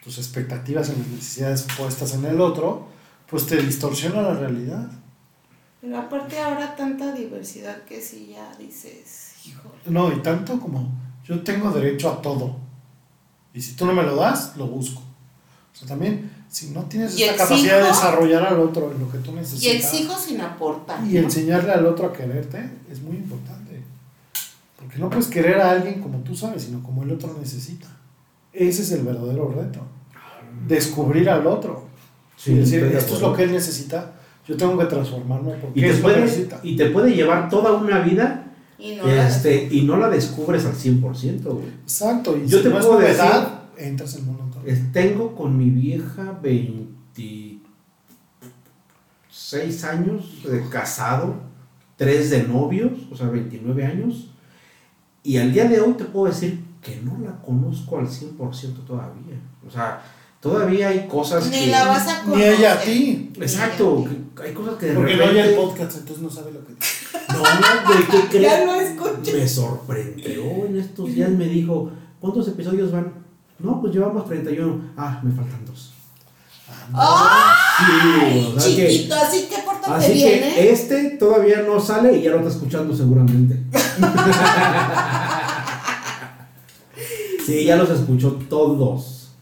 Speaker 3: tus expectativas en las necesidades puestas en el otro, pues te distorsiona la realidad.
Speaker 2: Pero aparte ahora tanta diversidad que sí ya dices, híjole.
Speaker 3: No, y tanto como yo tengo derecho a todo. Y si tú no me lo das, lo busco. O sea, también, si no tienes
Speaker 2: Y
Speaker 3: esa capacidad de
Speaker 2: exijo-
Speaker 3: desarrollar al otro en lo que tú necesitas.
Speaker 2: Y exijo sin aportar.
Speaker 3: Y enseñarle al otro a quererte es muy importante. Porque no puedes querer a alguien como tú sabes, sino como el otro necesita. Ese es el verdadero reto. Descubrir al otro.
Speaker 1: Sí,
Speaker 3: y decir,
Speaker 1: estoy de
Speaker 3: esto es
Speaker 1: acuerdo.
Speaker 3: lo que él necesita, yo tengo que transformarme porque
Speaker 1: Y te,
Speaker 3: es lo que
Speaker 1: puede,
Speaker 3: necesita.
Speaker 1: y te puede llevar toda una vida
Speaker 2: Y no la-
Speaker 1: este, y no la descubres al 100%, güey.
Speaker 3: Exacto, y
Speaker 1: Yo
Speaker 3: si
Speaker 1: te
Speaker 3: no es
Speaker 1: puedo
Speaker 3: tu
Speaker 1: decir-
Speaker 3: edad, entras en el mundo entero.
Speaker 1: Es- Tengo con mi vieja 26 años de casado, 3 de novios, o sea, 29 años. Y al día de hoy te puedo decir que no la conozco al 100% todavía. O sea, todavía hay cosas que...
Speaker 2: Ni la vas a
Speaker 3: Ni
Speaker 2: conocer.
Speaker 3: ella a ti.
Speaker 1: Exacto, que hay cosas que de
Speaker 3: Porque no oye el
Speaker 1: repente...
Speaker 3: podcast, entonces no sabe lo que dice.
Speaker 1: No, güey, ¿qué crees?
Speaker 2: Ya lo escuché.
Speaker 1: Me sorprendió en estos días, me dijo, ¿cuántos episodios van? No, pues llevamos 31. Ah, me faltan dos.
Speaker 2: ¡Ah!
Speaker 1: Sí, o sea que-
Speaker 2: Chiquito, así que pórtate
Speaker 1: así
Speaker 2: bien, ¿eh?
Speaker 1: que este todavía no sale y ya lo está escuchando seguramente. sí, ya los escuchó todos.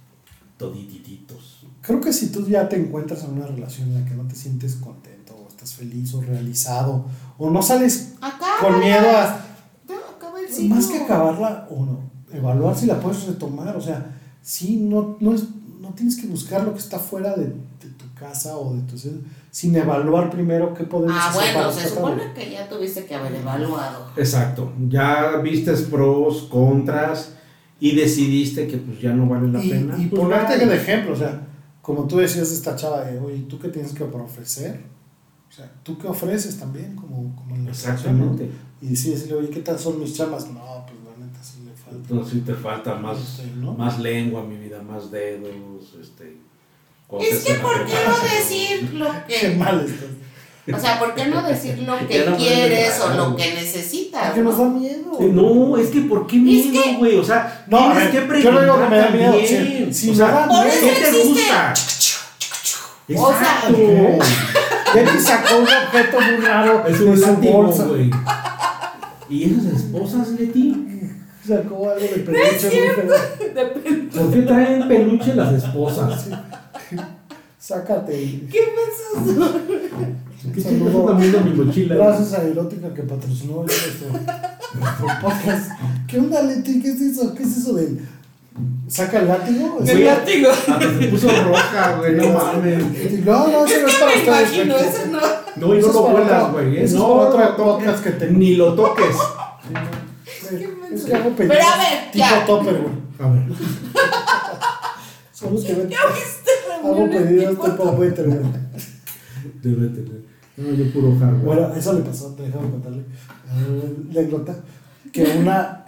Speaker 1: Toditititos.
Speaker 3: Creo que si tú ya te encuentras en una relación en la que no te sientes contento, o estás feliz, o realizado, o no sales
Speaker 2: Acá.
Speaker 3: con miedo a
Speaker 2: No, acaba el ciclo.
Speaker 3: Más que acabarla o no, evaluar si la puedes retomar, o sea, sí, no, no, es- no tienes que buscar lo que está fuera de, de tu casa o de tu ciudad, sin evaluar primero qué podemos
Speaker 2: Ah,
Speaker 3: hacer para
Speaker 2: bueno, se
Speaker 3: tratarlo.
Speaker 2: supone que ya tuviste que haber evaluado.
Speaker 1: Exacto. Ya viste pros, contras y decidiste que pues ya no vale la
Speaker 3: Y,
Speaker 1: pena.
Speaker 3: y
Speaker 1: Pues,
Speaker 3: ponerte
Speaker 1: vale.
Speaker 3: de ejemplo, o sea, como tú decías esta chava de, oye, ¿tú qué tienes que ofrecer? O sea, ¿tú qué ofreces también? Como, como en la relación,
Speaker 1: Exactamente.
Speaker 3: ¿no? Y sí, decirle, oye, ¿qué tal son mis chamas? No, pues la neta sí le falta.
Speaker 1: Entonces sí te falta más,
Speaker 3: Este, ¿no?
Speaker 1: más lengua, mi vida, más dedos, este.
Speaker 2: Es que,
Speaker 1: corteza
Speaker 2: ¿por qué no
Speaker 1: natural,
Speaker 2: decir lo
Speaker 3: Qué
Speaker 2: que
Speaker 3: mal estás.
Speaker 2: O sea, ¿por qué no decir lo que
Speaker 1: Ya no
Speaker 2: quieres
Speaker 1: mames,
Speaker 2: o lo
Speaker 1: claro.
Speaker 2: que necesitas?
Speaker 3: Porque nos da
Speaker 2: ¿no?
Speaker 3: miedo.
Speaker 1: No, es que ¿por qué miedo, güey? O sea,
Speaker 3: No, a
Speaker 1: tienes
Speaker 3: ver,
Speaker 1: que
Speaker 3: yo no digo que me da
Speaker 1: preguntar
Speaker 3: miedo,
Speaker 1: también.
Speaker 3: si- si
Speaker 1: O
Speaker 3: me
Speaker 1: sea,
Speaker 3: da
Speaker 2: Por
Speaker 3: miedo,
Speaker 2: eso
Speaker 1: ¿Qué te
Speaker 2: existe.
Speaker 1: gusta?
Speaker 2: O sea,
Speaker 1: Exacto.
Speaker 3: ¿Qué? Jenny sacó un objeto muy raro
Speaker 1: Es
Speaker 3: de
Speaker 1: un
Speaker 3: su
Speaker 1: látigo,
Speaker 3: bolsa.
Speaker 1: güey. ¿Y esas esposas, Leti?
Speaker 3: Sacó algo de peluche muy feo.
Speaker 2: Depende.
Speaker 1: ¿Por qué traen peluche las esposas?
Speaker 3: Sácate.
Speaker 2: ¿Qué piensas tú?
Speaker 1: ¿Qué chingados están viendo en mi mochila?
Speaker 3: Gracias a Erótica que patrocinó hoy nuestro, nuestro podcast. ¿Qué onda, Leti? ¿Qué es eso? ¿Qué es eso del. ¿Saca el látigo?
Speaker 1: Del
Speaker 3: Sí.
Speaker 2: látigo.
Speaker 1: Hasta Ah, pues se puso roja, güey, no mames.
Speaker 3: No, no, eso no es para
Speaker 2: Me
Speaker 3: ustedes.
Speaker 2: imagino,
Speaker 3: güey.
Speaker 2: eso no.
Speaker 1: No, y
Speaker 3: Eso
Speaker 1: no
Speaker 3: es
Speaker 1: lo
Speaker 3: para
Speaker 1: vuelas,
Speaker 3: otro-
Speaker 1: güey. ¿eh?
Speaker 3: eso es
Speaker 1: No
Speaker 3: para otro
Speaker 1: lo toques,
Speaker 3: podcast que tengo.
Speaker 1: Ni lo toques.
Speaker 3: Es que hago
Speaker 2: Pero a ver,
Speaker 3: películas
Speaker 2: ya.
Speaker 3: tipo topper, güey.
Speaker 1: A ver.
Speaker 3: Son los que ven.
Speaker 2: ¿Ya viste
Speaker 3: Hago
Speaker 2: reuniones
Speaker 3: pedidos
Speaker 2: tipo-
Speaker 3: tipo Twitter, güey.
Speaker 1: Debe tener. No, yo puro hardware.
Speaker 3: Bueno, eso le pasó, te déjame contarle eh, la anécdota. Que una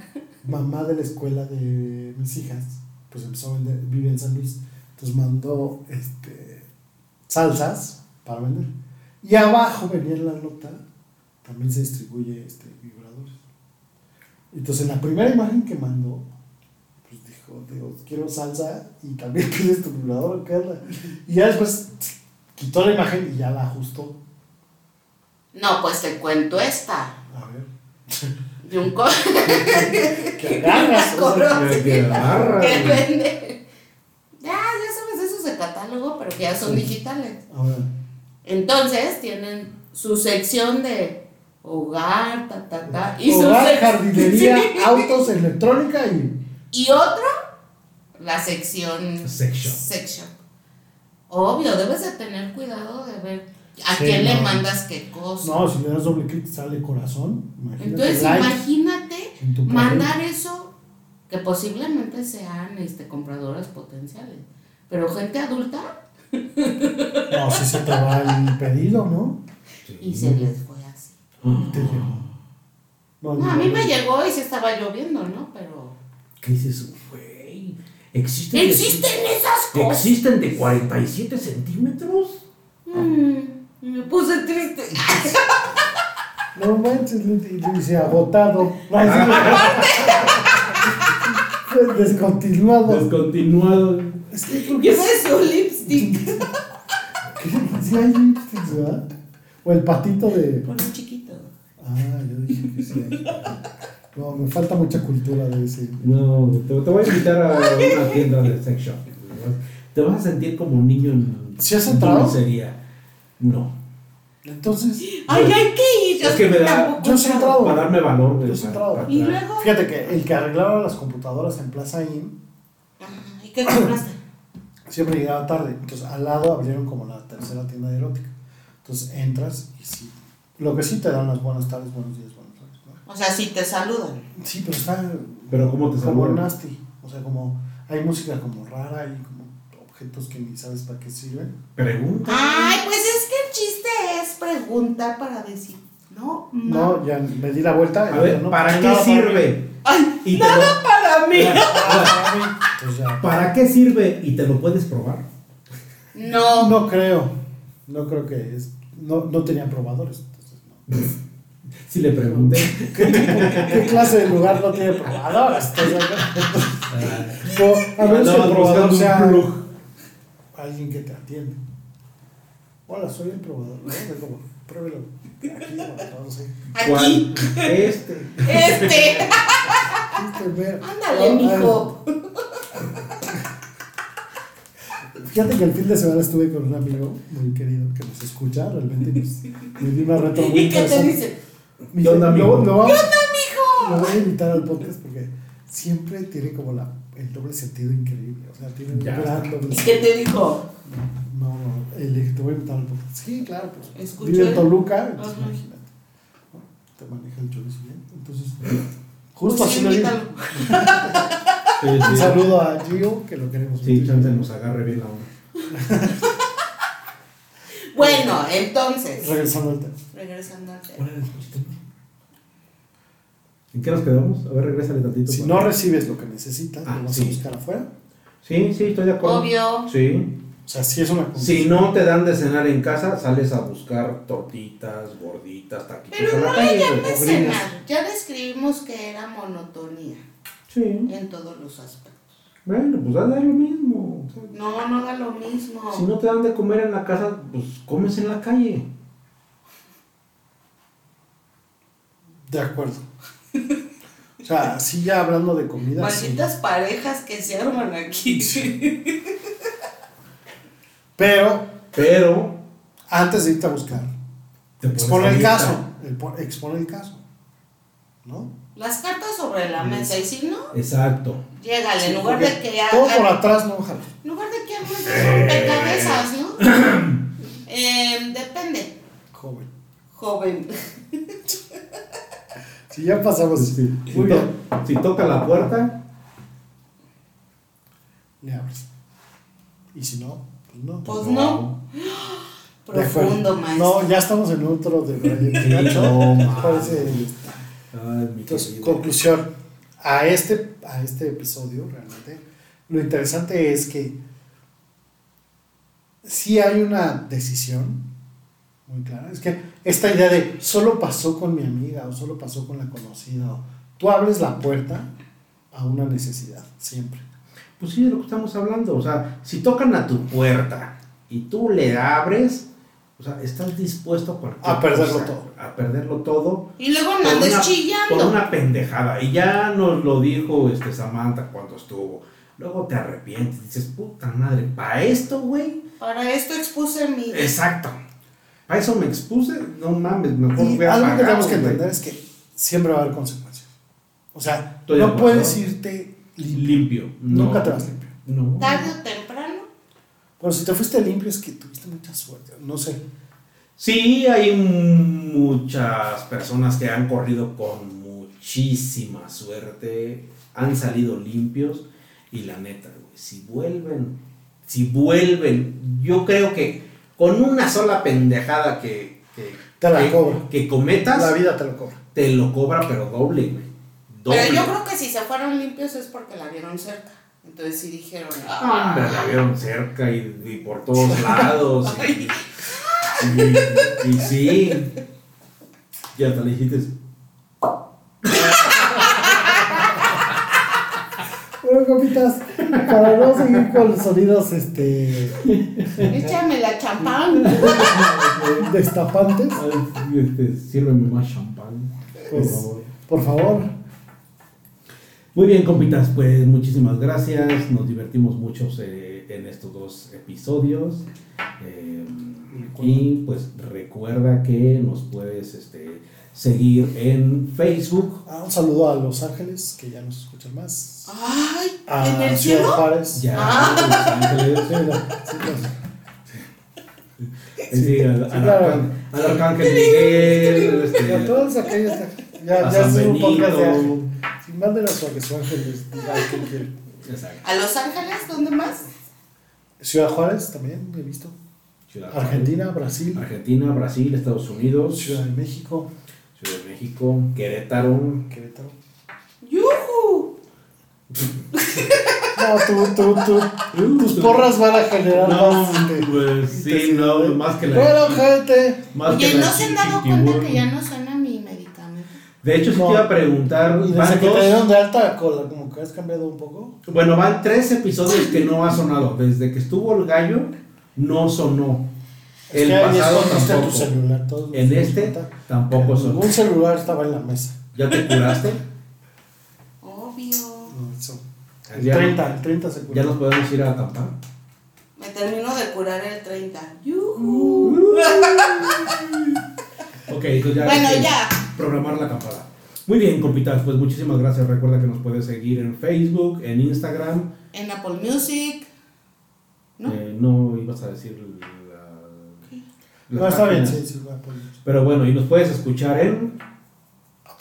Speaker 3: mamá de la escuela de mis hijas, pues empezó a vender, vive en San Luis, entonces mandó este, salsas para vender. Y abajo venía en la nota, también se distribuye este, vibradores. Entonces, en la primera imagen que mandó, pues dijo, Dios, quiero salsa y también pides tu vibrador, Carla. Y ya después quitó la imagen y ya la ajustó.
Speaker 2: No, pues te cuento esta.
Speaker 3: A ver.
Speaker 2: De un co
Speaker 3: que agarras. o sea,
Speaker 1: Mira, que agarra,
Speaker 2: que
Speaker 1: güey.
Speaker 2: vende. Ya, ya sabes esos de catálogo, pero que ya son digitales.
Speaker 3: Ahora,
Speaker 2: Entonces tienen su sección de hogar, ta, ta, ta. Y su
Speaker 3: hogar,
Speaker 2: sec-
Speaker 3: jardinería,
Speaker 2: Sí.
Speaker 3: autos, electrónica y.
Speaker 2: Y otro, la sección.
Speaker 1: Sex shop.
Speaker 2: sex shop. Obvio, debes de tener cuidado de ver a
Speaker 3: Sí,
Speaker 2: quién le
Speaker 3: no.
Speaker 2: mandas qué cosa.
Speaker 3: No, si le das doble clic sale corazón. Imagínate.
Speaker 2: Entonces,
Speaker 3: likes
Speaker 2: imagínate
Speaker 3: en tu
Speaker 2: mandar eso que posiblemente sean este, compradoras potenciales. Pero gente adulta
Speaker 3: perfil. No, si se te va el pedido, ¿no?
Speaker 2: pues, y se les fue así.
Speaker 3: Te llegó. No,
Speaker 2: No, a mí me llegó y se estaba lloviendo, ¿no? Pero.
Speaker 1: ¿Qué dices, güey? ¿Existen, de-
Speaker 2: ¡Existen esas cosas!
Speaker 1: ¿Existen de 47 centímetros?
Speaker 2: Mm, y me puse triste.
Speaker 3: No manches, Leti, y dice agotado. Ay, sí. Pues, Descontinuado.
Speaker 1: Descontinuado.
Speaker 3: Es que creo
Speaker 2: ¿Qué
Speaker 3: que
Speaker 2: es eso, lipstick?
Speaker 3: sí hay lipsticks, ¿verdad? O el patito de.
Speaker 2: Por un chiquito.
Speaker 3: Ah, yo dije que sí. hay. No, me falta mucha cultura de ese.
Speaker 1: No, te, te voy a invitar a una tienda de sex shop. Te vas a sentir como un niño en
Speaker 3: ¿Sí has entrado?
Speaker 1: dulcería. No.
Speaker 3: Entonces,
Speaker 2: Ay, hay que ir.
Speaker 1: Es que me da-
Speaker 2: tampoco
Speaker 3: yo sí he
Speaker 2: sé.
Speaker 3: entrado.
Speaker 1: Para darme valor, güey.
Speaker 3: Yo sí he
Speaker 1: para-
Speaker 3: entrado.
Speaker 2: Y
Speaker 1: para-
Speaker 2: luego.
Speaker 3: Fíjate que el que arreglaba las computadoras en Plaza IN
Speaker 2: Ay, ah, ¿qué compraste?
Speaker 3: siempre llegaba tarde. Entonces, al lado abrieron como la tercera tienda de erótica. Entonces, entras y sí. Lo que sí te dan las buenas tardes, buenos días, buenas tardes. ¿no?
Speaker 2: O sea, si te saludan.
Speaker 3: Sí, pero está
Speaker 1: Pero ¿cómo te
Speaker 3: como
Speaker 1: saludan?
Speaker 3: nasty. O sea, como hay música como rara y como objetos que ni sabes para qué sirven.
Speaker 1: Pregunta.
Speaker 2: Ay, pues es que el chiste es preguntar para decir, no, ma-
Speaker 3: No, ya me di la vuelta.
Speaker 1: A ver,
Speaker 3: no,
Speaker 1: ¿para qué
Speaker 3: nada
Speaker 1: sirve?
Speaker 2: Ay,
Speaker 1: Y te
Speaker 2: nada
Speaker 1: lo-
Speaker 2: para mí.
Speaker 3: Nada para mí. Entonces, ya.
Speaker 1: ¿Para qué sirve? Y te lo puedes probar.
Speaker 2: No.
Speaker 3: No creo. No creo que es. No, no tenían probadores. Entonces, no.
Speaker 1: Si le pregunté.
Speaker 3: ¿Qué clase de lugar no tiene probador? Estás de acuerdo. No, a menos que el
Speaker 1: Andabas
Speaker 3: probador
Speaker 1: buscando un
Speaker 3: sea
Speaker 1: plug.
Speaker 3: alguien que te atiende. Hola, soy el probador. ¿no? Es como, pruébelo. Aquí, no sé.
Speaker 2: Aquí.
Speaker 1: ¿Cuál? Este.
Speaker 2: Este.
Speaker 3: Este, ve-
Speaker 2: Ándale, mijo.
Speaker 3: Fíjate que el fin de semana estuve con un amigo muy querido que nos escucha realmente y nos, me dio una reto muy
Speaker 2: ¿Y qué te
Speaker 3: interesante.
Speaker 2: dice?
Speaker 3: Me
Speaker 1: ¿Qué onda, amigo?
Speaker 3: "Lo- lo vamos- Lo voy a invitar al podcast porque siempre tiene como la, el doble sentido increíble. O sea, tiene un
Speaker 1: Ya.
Speaker 3: gran doble
Speaker 2: ¿Y
Speaker 3: sentido.
Speaker 2: qué te dijo?
Speaker 3: No, no, el dije, te voy a invitar al podcast. Sí, claro, pues.
Speaker 2: Escuché.
Speaker 3: Vive en Toluca, entonces
Speaker 2: Ajá.
Speaker 3: imagínate. ¿no? Te maneja el chorizo bien. Entonces, justo
Speaker 2: Pues
Speaker 3: así
Speaker 2: sí,
Speaker 3: lo digo.
Speaker 2: invítalo.
Speaker 1: Sí,
Speaker 3: Un
Speaker 1: sí.
Speaker 3: saludo a Gio, que lo queremos
Speaker 1: Sí, chance nos agarre bien la onda.
Speaker 2: Bueno, entonces.
Speaker 3: Regresando al tema.
Speaker 2: Regresando al tema.
Speaker 1: ¿En qué nos quedamos? A ver, regrésale tantito.
Speaker 3: Si
Speaker 1: para-
Speaker 3: no recibes lo que necesitas,
Speaker 1: Ah,
Speaker 3: lo vas
Speaker 1: sí.
Speaker 3: a buscar afuera.
Speaker 1: Sí, sí, estoy de acuerdo.
Speaker 2: Obvio.
Speaker 1: Sí.
Speaker 3: O sea, sí es una
Speaker 1: Si no te dan de cenar en casa, sales a buscar tortitas, gorditas, taquitos
Speaker 2: Pero
Speaker 1: en la
Speaker 2: no
Speaker 1: calle,
Speaker 2: le
Speaker 1: güey,
Speaker 2: llames
Speaker 1: o gringos.
Speaker 2: cenar. Ya describimos que era monotonía
Speaker 1: Sí,
Speaker 2: en todos los aspectos.
Speaker 1: bueno, pues da da lo mismo. o sea,
Speaker 2: No, no da lo mismo.
Speaker 1: Si no te dan de comer en la casa, pues comes en la calle.
Speaker 3: De acuerdo. O sea, sí ya hablando de comida. sí.
Speaker 2: Malditas parejas que se arman aquí.
Speaker 3: Pero
Speaker 1: Pero
Speaker 3: antes de irte a buscar,
Speaker 1: te pones
Speaker 3: expone
Speaker 1: a
Speaker 3: el
Speaker 1: dieta.
Speaker 3: caso. el po- Expone el caso. ¿No?
Speaker 2: Las cartas sobre la mesa y si no,
Speaker 1: Exacto.
Speaker 2: llégale. en lugar
Speaker 3: Porque
Speaker 2: de que
Speaker 3: Todo por
Speaker 2: hagan,
Speaker 3: atrás no jala.
Speaker 2: en lugar de que armes un rompecabezas, ¿no? Em, depende,
Speaker 3: Joven.
Speaker 2: joven.
Speaker 3: Si ya pasamos.
Speaker 1: Si,
Speaker 3: Pues Muy
Speaker 1: to-
Speaker 3: bien.
Speaker 1: si toca la puerta,
Speaker 3: Le abres. Y si no, pues no.
Speaker 2: Pues no.
Speaker 3: De acuerdo.
Speaker 2: Profundo, maestro.
Speaker 3: No, ya estamos en otro de Brian
Speaker 1: Sí,
Speaker 3: Pikachu.
Speaker 1: no,
Speaker 3: ¿Qué
Speaker 1: man.
Speaker 3: parece?
Speaker 1: Ay, Ah, mi
Speaker 3: Entonces,
Speaker 1: querido.
Speaker 3: conclusión, a este, a este episodio realmente, lo interesante es que sí hay una decisión muy clara. Es que esta idea de solo pasó con mi amiga o solo pasó con la conocida, o tú abres la puerta a una necesidad, siempre.
Speaker 1: Pues sí, de lo que estamos hablando. O sea, si tocan a tu puerta y tú le abres, o sea, estás dispuesto a, cualquier
Speaker 3: A perderlo
Speaker 1: cosa,
Speaker 3: todo.
Speaker 1: A perderlo todo
Speaker 2: Y luego no
Speaker 1: por
Speaker 2: andes
Speaker 1: una- por
Speaker 2: chillando.
Speaker 1: una pendejada. Y ya nos lo dijo este Samantha cuando estuvo. Luego te arrepientes, dices, puta madre, ¿para esto, güey?
Speaker 2: Para esto expuse mi.
Speaker 1: Exacto. ¿Para eso me expuse? No mames, mejor
Speaker 3: Y
Speaker 1: voy a
Speaker 3: algo que
Speaker 1: pagar,
Speaker 3: tenemos que
Speaker 1: güey.
Speaker 3: entender es que siempre va a haber consecuencias. O sea,
Speaker 1: Estoy de
Speaker 3: no
Speaker 1: acuerdo.
Speaker 3: puedes irte limpio.
Speaker 1: Limpio. No.
Speaker 3: Nunca te vas limpio.
Speaker 1: No.
Speaker 2: Tarde o temprano.
Speaker 3: Bueno, si te fuiste limpio es que tuviste mucha suerte. No sé.
Speaker 1: Sí, hay muchas personas que han corrido con muchísima suerte, han salido limpios y la neta, güey, si vuelven, si vuelven, yo creo que con una sola pendejada que, que,
Speaker 3: Te la
Speaker 1: que-
Speaker 3: cobra.
Speaker 1: que cometas,
Speaker 3: La vida te lo cobra.
Speaker 1: te lo cobra pero doble, güey. Doble.
Speaker 2: Pero yo creo que si se fueron limpios es porque la vieron cerca. Entonces sí dijeron.
Speaker 1: Ah,
Speaker 2: "Ah,
Speaker 1: Hombre, la vieron cerca y, y por todos lados. Y, y- y sí. Y hasta le dijiste,
Speaker 3: Bueno, copitas, para no seguir con los sonidos este,
Speaker 2: Échame la champán.
Speaker 3: destapantes,
Speaker 1: Ay, este, Sírveme más champán, por
Speaker 3: Pues-
Speaker 1: favor.
Speaker 3: por favor,
Speaker 1: Muy bien, compitas, pues muchísimas gracias. Nos divertimos mucho eh, en estos dos episodios. Eh, y pues recuerda que nos puedes este, seguir en Facebook.
Speaker 3: Ah, un saludo a Los Ángeles, que ya nos escuchan más.
Speaker 2: Ay,
Speaker 1: Ah,
Speaker 3: A
Speaker 2: ¿en el
Speaker 3: Ciudad
Speaker 2: cielo?
Speaker 3: Juárez.
Speaker 1: Ya, Los Ángeles, sí, la-
Speaker 3: Sí, los-
Speaker 1: Sí, al, al
Speaker 3: claro.
Speaker 1: arcán- al arcángel Miguel, este,
Speaker 3: a todos aquellos.
Speaker 1: A
Speaker 3: Ya, ya
Speaker 1: San
Speaker 3: es un podcast de
Speaker 1: Benito.
Speaker 3: ángel. Sí, mándenos a que su ángel les diga a quién quiere.
Speaker 1: exacto,
Speaker 2: ¿A Los Ángeles? ¿Dónde más?
Speaker 3: Ciudad Juárez también, he visto.
Speaker 1: Ciudad Juárez.
Speaker 3: Argentina, Brasil,
Speaker 1: Argentina, Brasil, Estados Unidos,
Speaker 3: Ciudad de México,
Speaker 1: Ciudad de México, Querétaro.
Speaker 3: Querétaro.
Speaker 2: ¡Yuhu!
Speaker 3: No, tú, tú, tú. Tus porras van a generar
Speaker 1: No,
Speaker 3: más. este,
Speaker 1: pues sí, no, más que la.
Speaker 3: Bueno, gente.
Speaker 1: más que
Speaker 2: Oye,
Speaker 1: la
Speaker 2: ¿no se han dado
Speaker 1: chichiquibur.
Speaker 2: cuenta que ya no suena mi medicamento?
Speaker 1: De hecho, si
Speaker 3: No.
Speaker 1: te iba a preguntar,
Speaker 3: Y
Speaker 1: van
Speaker 3: desde que
Speaker 1: dos-
Speaker 3: te dieron de alta cola, como que has cambiado un poco.
Speaker 1: bueno, van tres episodios que no ha sonado. Desde que estuvo el gallo, no sonó.
Speaker 3: Es
Speaker 1: El
Speaker 3: que ahí
Speaker 1: pasado
Speaker 3: escondiste tu
Speaker 1: tampoco.
Speaker 3: celular. Todos nos
Speaker 1: En
Speaker 3: dimos
Speaker 1: este
Speaker 3: cuenta.
Speaker 1: tampoco sonó.
Speaker 3: Ningún celular estaba en la mesa.
Speaker 1: ¿Ya te curaste?
Speaker 2: Obvio.
Speaker 3: No, eso. El
Speaker 1: Ya-
Speaker 3: 30, el 30 se
Speaker 1: Ya
Speaker 3: curó.
Speaker 1: nos podemos ir a acampar.
Speaker 2: Me termino de curar el 30. ¡Yuhu!
Speaker 1: Ok, entonces ya.
Speaker 2: Bueno,
Speaker 1: hay que
Speaker 2: ya.
Speaker 1: Programar la acampada. Muy bien, compitas, pues muchísimas gracias. Recuerda que nos puedes seguir en Facebook, en Instagram.
Speaker 2: En Apple Music. ¿No?
Speaker 1: Eh, no ibas a decir la. las
Speaker 3: No, está bien,
Speaker 1: páginas.
Speaker 3: sí, pues. sí, voy a poner.
Speaker 1: Pero bueno, y nos puedes escuchar en.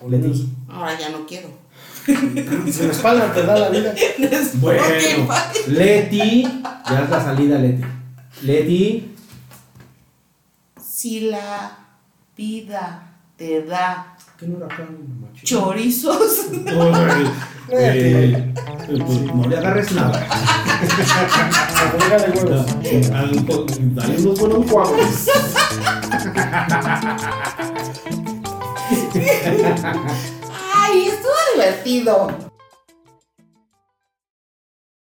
Speaker 1: Leti.
Speaker 2: Ahora ya no quiero.
Speaker 3: Si la espalda te da la vida.
Speaker 1: Bueno,
Speaker 2: Spotify.
Speaker 1: Leti. Ya es la salida, Leti. Leti.
Speaker 2: Si la vida te da
Speaker 1: ¿Qué no era acá, macho?
Speaker 2: chorizos.
Speaker 1: Ay, eh, Pues no le agarres nada.
Speaker 3: Agrégale huevos.
Speaker 1: Al- Dale unos buenos guapos.
Speaker 2: Ay, estuvo divertido.